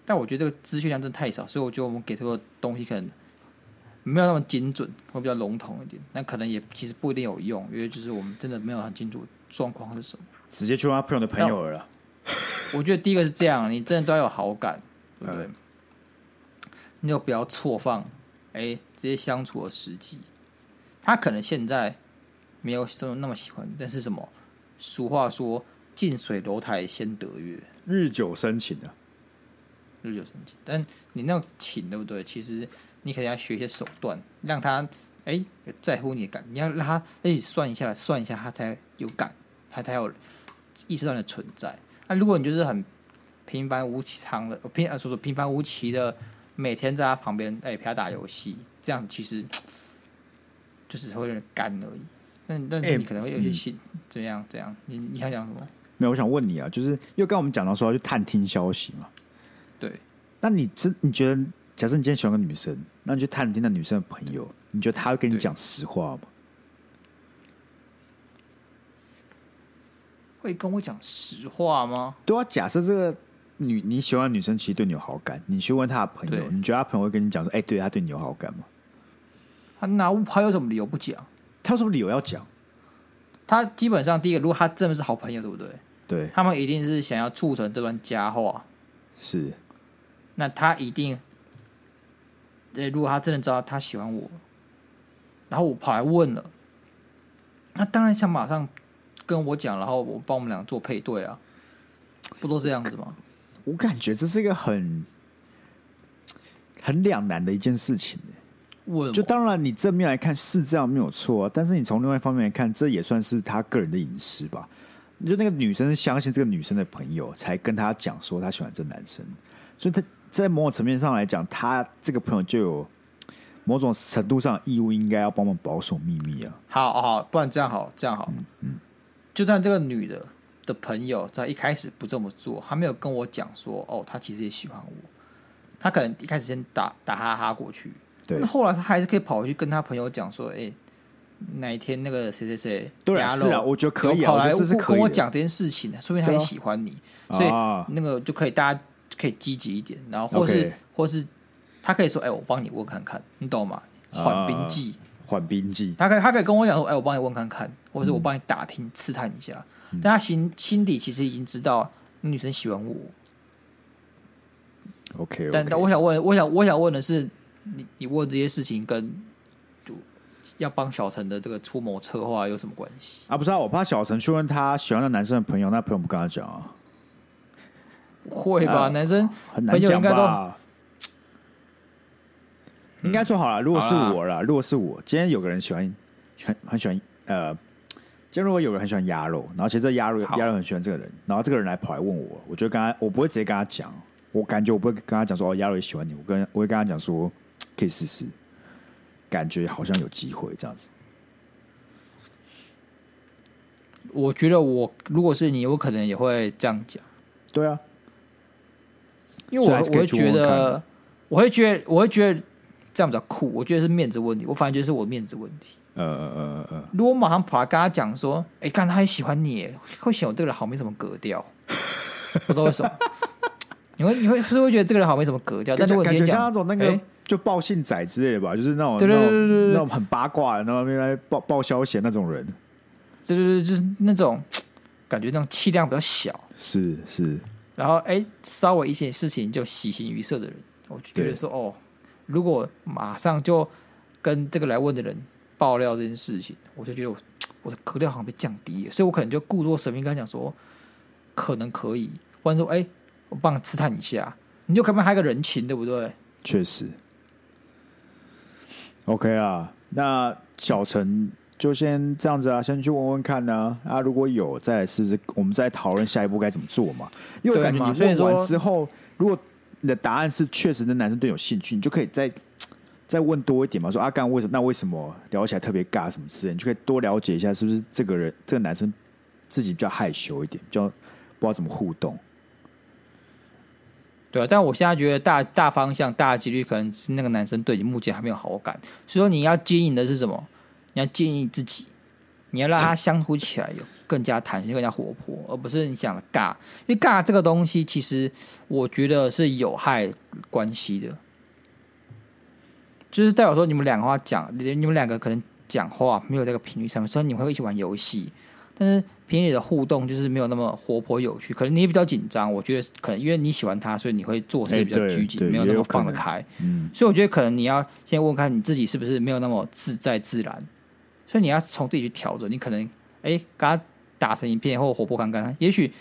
[SPEAKER 1] 但我觉得这个资讯量真的太少，所以我觉得我们给出的东西可能没有那么精准，会比较笼统一点。那可能也其实不一定有用，因为就是我们真的没有很清楚状况是什么。
[SPEAKER 2] 直接去问他朋友的朋友了啦。
[SPEAKER 1] 我觉得第一个是这样，你真的对他有好感，对不对？你就不要错放，哎、这些相处的时机。他可能现在没有什么那么喜欢你，但是什么？俗话说“近水楼台先得月”，
[SPEAKER 2] 日久生情啊，
[SPEAKER 1] 日久生情。但你那种情，对不对？其实你可能要学一些手段，让他哎、在乎你的感，你要让他哎、算一下，算一下，他才有感，他才有意识到你的存在。那、如果你就是很平凡无奇常的，呃平啊，说说平凡无奇的，每天在他旁边哎、陪他打游戏，这样其实就是会有点干而已。那那
[SPEAKER 2] 哎
[SPEAKER 1] 你可能会有一些心、怎么样怎么样？你你想讲什么？
[SPEAKER 2] 没有，我想问你啊，就是因为刚刚我们讲到说要去探听消息嘛，
[SPEAKER 1] 对，
[SPEAKER 2] 那你真你觉得，假设你今天喜欢个女生，那你去探听那女生的朋友，你觉得她会跟你
[SPEAKER 1] 对
[SPEAKER 2] 讲实话吗？
[SPEAKER 1] 会跟我讲实话吗？
[SPEAKER 2] 对啊，假设这个女你喜欢的女生其实对你有好感，你去问她的朋友，
[SPEAKER 1] 对
[SPEAKER 2] 你觉得她朋友会跟你讲说，哎、对她对你有好感吗？
[SPEAKER 1] 他哪他有什么理由不讲？
[SPEAKER 2] 她有什么理由要讲？
[SPEAKER 1] 他基本上第一个，如果他真的是好朋友，对不对？
[SPEAKER 2] 对，
[SPEAKER 1] 他们一定是想要促成这段佳话，
[SPEAKER 2] 是
[SPEAKER 1] 那他一定，对，如果他真的知道他喜欢我，然后我跑来问了，那当然想马上跟我讲，然后我帮我们俩做配对啊，不都这样子吗？
[SPEAKER 2] 我感觉这是一个很很两难的一件事情、欸
[SPEAKER 1] 问我
[SPEAKER 2] 就当然，你正面来看是这样没有错、啊，但是你从另外一方面来看，这也算是他个人的隐私吧。就那个女生相信这个女生的朋友，才跟她讲说她喜欢这男生，所以她在某种层面上来讲，她这个朋友就有某种程度上的义务，应该要帮忙保守秘密啊。
[SPEAKER 1] 好好，不然这样好了，这样好了。就算这个女的的朋友在一开始不这么做，她没有跟我讲说，哦，她其实也喜欢我。她可能一开始先打打哈哈过去，
[SPEAKER 2] 对
[SPEAKER 1] 那后来她还是可以跑回去跟她朋友讲说，哎、哪一天那个谁谁谁，
[SPEAKER 2] 对啊
[SPEAKER 1] 鸭肉
[SPEAKER 2] 是啊我觉得可以啊
[SPEAKER 1] 有跑
[SPEAKER 2] 我觉
[SPEAKER 1] 来
[SPEAKER 2] 得这是可以的
[SPEAKER 1] 跟我讲这件事情，说明她
[SPEAKER 2] 对
[SPEAKER 1] 也
[SPEAKER 2] 啊
[SPEAKER 1] 喜欢你，所以
[SPEAKER 2] 啊，
[SPEAKER 1] 那个就可以大家可以积极一点，然后或是
[SPEAKER 2] OK
[SPEAKER 1] 或是她可以说，哎、我帮你问看看，你懂吗？
[SPEAKER 2] 啊
[SPEAKER 1] 缓兵计。
[SPEAKER 2] 缓兵计
[SPEAKER 1] 他可以他可以跟我讲说，哎、我帮你问看看，或
[SPEAKER 2] 嗯
[SPEAKER 1] 者我帮你打听试探一下。但他心心底其实已经知道女生喜欢我，
[SPEAKER 2] ，OK，
[SPEAKER 1] 但但我想问，我想我想问的是，你你问这些事情跟就要帮小陈的这个出谋策划有什么关系？
[SPEAKER 2] 啊，不是啊，我怕小陈去问他喜欢的男生的朋友，那朋友不跟他讲啊，
[SPEAKER 1] 会吧，
[SPEAKER 2] 啊
[SPEAKER 1] 男生
[SPEAKER 2] 很
[SPEAKER 1] 朋
[SPEAKER 2] 难
[SPEAKER 1] 友
[SPEAKER 2] 讲
[SPEAKER 1] 应该都
[SPEAKER 2] 吧？应该说好了，如果是
[SPEAKER 1] 好啦
[SPEAKER 2] 我啦，如果是我，今天有个人喜欢，很很喜欢，呃，今天如果有个人很喜欢鸭肉，然后其实这鸭肉
[SPEAKER 1] 好
[SPEAKER 2] 鸭肉很喜欢这个人，然后这个人来跑来问我，我就跟他，我不会直接跟他讲，我感觉我不会跟他讲说哦，鸭肉也喜欢你，我跟我会跟他讲说可以试试，感觉好像有机会这样子。
[SPEAKER 1] 我觉得我如果是你，我可能也会这样讲，
[SPEAKER 2] 对啊，
[SPEAKER 1] 因为
[SPEAKER 2] 所以
[SPEAKER 1] 我
[SPEAKER 2] 还是
[SPEAKER 1] 我
[SPEAKER 2] 可
[SPEAKER 1] 会
[SPEAKER 2] 以去
[SPEAKER 1] 觉
[SPEAKER 2] 问问
[SPEAKER 1] 得，我会觉得我会觉得这样比较酷，我觉得是面子问题，我反正觉得是我面子问题。
[SPEAKER 2] 呃呃呃呃，呃
[SPEAKER 1] 如果马上跑来跟他讲说，哎、干他也喜欢你耶，会显得我这个人好没什么格调， 不知道为什么。你会你会是会觉得这个人好没什么格调，但如果你
[SPEAKER 2] 感
[SPEAKER 1] 今
[SPEAKER 2] 觉
[SPEAKER 1] 天
[SPEAKER 2] 像
[SPEAKER 1] 讲哎
[SPEAKER 2] 那种那
[SPEAKER 1] 诶
[SPEAKER 2] 个就报信仔之类的吧，就是那种
[SPEAKER 1] 对对对对对对
[SPEAKER 2] 那种那种很八卦，然后那边来报报消息的那种人，
[SPEAKER 1] 对对对，就是那种感觉那种气量比较小，
[SPEAKER 2] 是是，
[SPEAKER 1] 然后哎，稍微一些事情就喜形于色的人，我就觉
[SPEAKER 2] 对
[SPEAKER 1] 得说哦，如果马上就跟这个来问的人爆料这件事情，我就觉得我我的格调好像被降低了，所以我可能就故作神秘跟他讲说，可能可以，或者说哎，我帮你试探一下，你就可不可以还个人情，对不对？
[SPEAKER 2] 确实。OK 啊，那小陈就先这样子啊，先去问问看呢、啊。如果有，再来试试，我们再讨论下一步该怎么做嘛。因为
[SPEAKER 1] 对
[SPEAKER 2] 我感觉
[SPEAKER 1] 嘛
[SPEAKER 2] 你
[SPEAKER 1] 所以
[SPEAKER 2] 问
[SPEAKER 1] 说
[SPEAKER 2] 完之后，如果你的答案是确实的男生对你有兴趣，你就可以再再问多一点嘛，说阿干为什么？那为什么聊起来特别尬什么之类，你就可以多了解一下，是不是这个人这个男生自己比较害羞一点，比较不知道怎么互动。
[SPEAKER 1] 对啊，但我现在觉得大大方向、大几率可能是那个男生对你目前还没有好感，所以说你要经营的是什么？你要经营自己，你要让他相处起来有更加弹性、更加活泼，而不是你想的尬。因为尬这个东西，其实我觉得是有害关系的，就是代表说你们两个话讲，你你们两个可能讲话没有这个频率上面，虽然你们会一起玩游戏，但是平时的互动就是没有那么活泼有趣，可能你也比较紧张。我觉得是可能因为你喜欢他，所以你会做
[SPEAKER 2] 哎
[SPEAKER 1] 事比较
[SPEAKER 2] 对
[SPEAKER 1] 拘谨，
[SPEAKER 2] 对
[SPEAKER 1] 没有
[SPEAKER 2] 也
[SPEAKER 1] 那
[SPEAKER 2] 有
[SPEAKER 1] 么
[SPEAKER 2] 可
[SPEAKER 1] 放得
[SPEAKER 2] 能
[SPEAKER 1] 开。
[SPEAKER 2] 嗯，
[SPEAKER 1] 所以我觉得可能你要先问看你自己是不是没有那么自在自然，所以你要从自己去调整。你可能哎、诶跟他打成一片或活泼刚刚，也许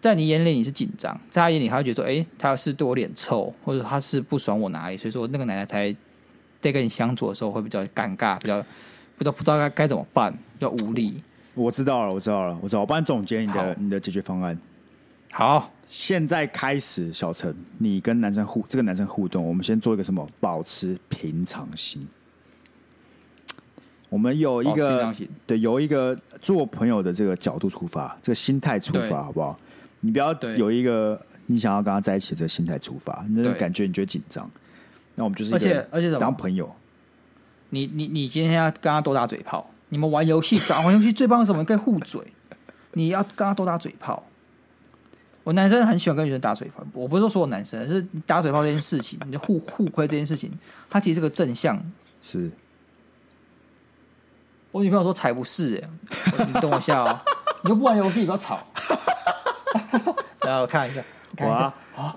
[SPEAKER 1] 在你眼里你是紧张，在他眼里他会觉得说，哎、他是对我脸臭，或者他是不爽我哪里，所以说那个奶奶才在跟你相处的时候会比较尴尬，比较不知道不知道该该怎么办，比较无力。
[SPEAKER 2] 我知道了，我知道了，我知道。我帮你总结你的
[SPEAKER 1] 好
[SPEAKER 2] 你的解决方案。
[SPEAKER 1] 好，
[SPEAKER 2] 现在开始，小陈，你跟男生互这个男生互动，我们先做一个什么？保持平常心。我们有一
[SPEAKER 1] 保持平
[SPEAKER 2] 个
[SPEAKER 1] 常心
[SPEAKER 2] 对，由一个做朋友的这个角度出发，这个心态出
[SPEAKER 1] 对
[SPEAKER 2] 发，好不好？你不要
[SPEAKER 1] 对
[SPEAKER 2] 有一个你想要跟他在一起的这个心态出发，那种
[SPEAKER 1] 对
[SPEAKER 2] 感觉你觉得紧张，那我们就是一
[SPEAKER 1] 而且
[SPEAKER 2] 个
[SPEAKER 1] 而且什
[SPEAKER 2] 当
[SPEAKER 1] 么？
[SPEAKER 2] 朋友，
[SPEAKER 1] 你你你今天要跟他多打嘴炮，你们玩游戏打玩游戏最棒是什么？可以互嘴，你要跟他多打嘴炮。我男生很喜欢跟女生打嘴炮，我不是说所有男生，是打嘴炮这件事情，你就互互亏这件事情，它其实是个正向。
[SPEAKER 2] 是
[SPEAKER 1] 我女朋友说才不是、欸， 我你等我一下哦，你又不玩游戏，不要 吵。然后我啊哦看一下，看一下
[SPEAKER 2] 哇。哦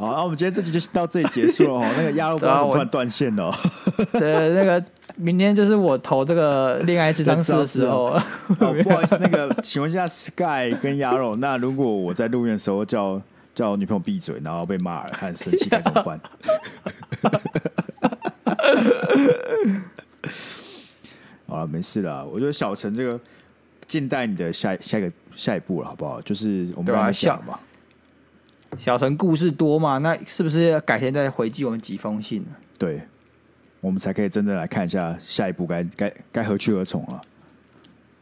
[SPEAKER 2] 好，那我们今天这集就到这里结束了哦。那个鸭肉不知道怎么突然断线了哦。
[SPEAKER 1] 啊 对，啊那个明天就是我投这个恋爱智商试的时候了。
[SPEAKER 2] 哦，不好意思，那个，请问一下 Sky 跟鸭肉，那如果我在录音的时候叫叫我女朋友闭嘴，然后被骂了，她很生气，该怎么办？ 好了，没事了。我觉得小陈这个静待你的下下一个下一步了，好不好？就是我们
[SPEAKER 1] 对啊
[SPEAKER 2] 刚才讲
[SPEAKER 1] 下
[SPEAKER 2] 嘛，
[SPEAKER 1] 小陈故事多嘛，那是不是改天再回寄我们几封信呢？
[SPEAKER 2] 对，我们才可以真正来看一下下一步该该该何去何从啊了。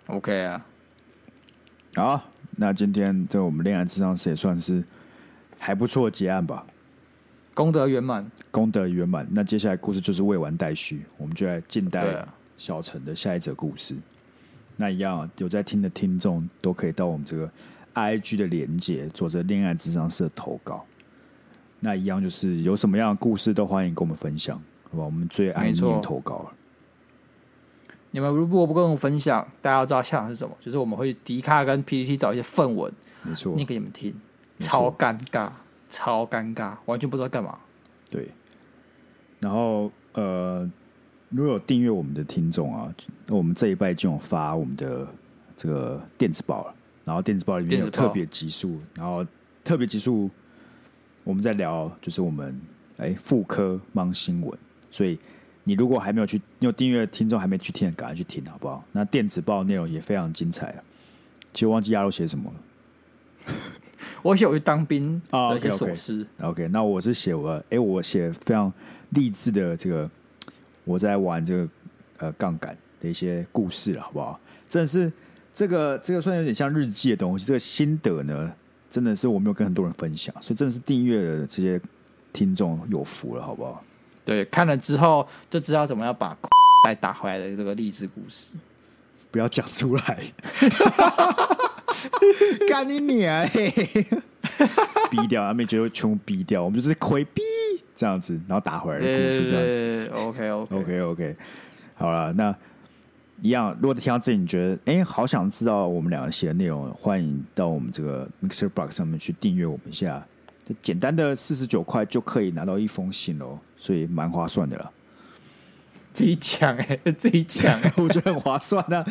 [SPEAKER 1] OK 啊，
[SPEAKER 2] 好，那今天对我们恋爱智商是也算是还不错的结案吧。
[SPEAKER 1] 功德圆满。
[SPEAKER 2] 功德圆满。那接下来故事就是未完待续，我们就来静
[SPEAKER 1] 对
[SPEAKER 2] 待
[SPEAKER 1] 啊
[SPEAKER 2] 小陈的下一则故事。那一样啊、有在听的听众都可以到我们这个 IG 的连接，做着恋爱智商社投稿。那一样就是有什么样的故事都欢迎跟我们分享，好吧？我们最爱
[SPEAKER 1] 没错
[SPEAKER 2] 念投稿了。
[SPEAKER 1] 你们如果不跟我们分享，大家要知道下场是什么，就是我们会迪卡跟 PPT 找一些氛文
[SPEAKER 2] 没错，
[SPEAKER 1] 念给你们听，
[SPEAKER 2] 没错
[SPEAKER 1] 超尴尬，超尴尬，完全不知道干嘛。
[SPEAKER 2] 对，然后呃，如果有订阅我们的听众啊，那我们这一拜就有发我们的这个电子报了，然后电子报里面
[SPEAKER 1] 电
[SPEAKER 2] 有
[SPEAKER 1] 子报
[SPEAKER 2] 特别集数，然后特别集数我们在聊就是我们哎妇科忙新闻，所以。你如果还没有去，你有订阅的听众还没去听，赶快去听好不好？那电子报内容也非常精彩啊。其实我忘记亚肉写什么了。
[SPEAKER 1] 我写我去当兵
[SPEAKER 2] 啊
[SPEAKER 1] 的一些
[SPEAKER 2] ，OK，OK
[SPEAKER 1] 琐事，
[SPEAKER 2] OK，那我是写我哎、我写非常励志的这个我在玩这个呃杠杆的一些故事了，好不好？真的是这个这个算有点像日记的东西，这个心得呢，真的是我没有跟很多人分享，所以真的是订阅的这些听众有福了，好不好？
[SPEAKER 1] 对，看了之后就知道怎么样把 带打回来的这个励志故事。
[SPEAKER 2] 不要讲出来，干你娘、欸！逼掉，他们觉得全部逼掉，我们就是亏逼这样子，然后打回来的哎故事这样子。
[SPEAKER 1] 对，OK OK，
[SPEAKER 2] OK OK，好了，那一样，如果听到这里你觉得哎、诶好想知道我们两个写的内容，欢迎到我们这个 Mixer Box 上面去订阅我们一下，这简单的四十九块就可以拿到一封信喽，所以蛮划算的了。，
[SPEAKER 1] 自己讲哎、自己讲、欸
[SPEAKER 2] 我觉得很划算呢、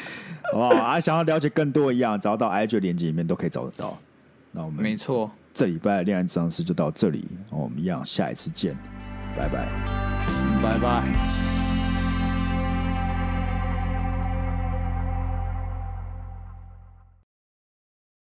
[SPEAKER 2] 哇，啊，想要了解更多一样，只要到 i 九连接里面都可以找得到。那我
[SPEAKER 1] 没
[SPEAKER 2] 们
[SPEAKER 1] 错，
[SPEAKER 2] 这礼拜的恋爱智商师就到这里，我们一样下一次见，拜拜。
[SPEAKER 1] 拜拜。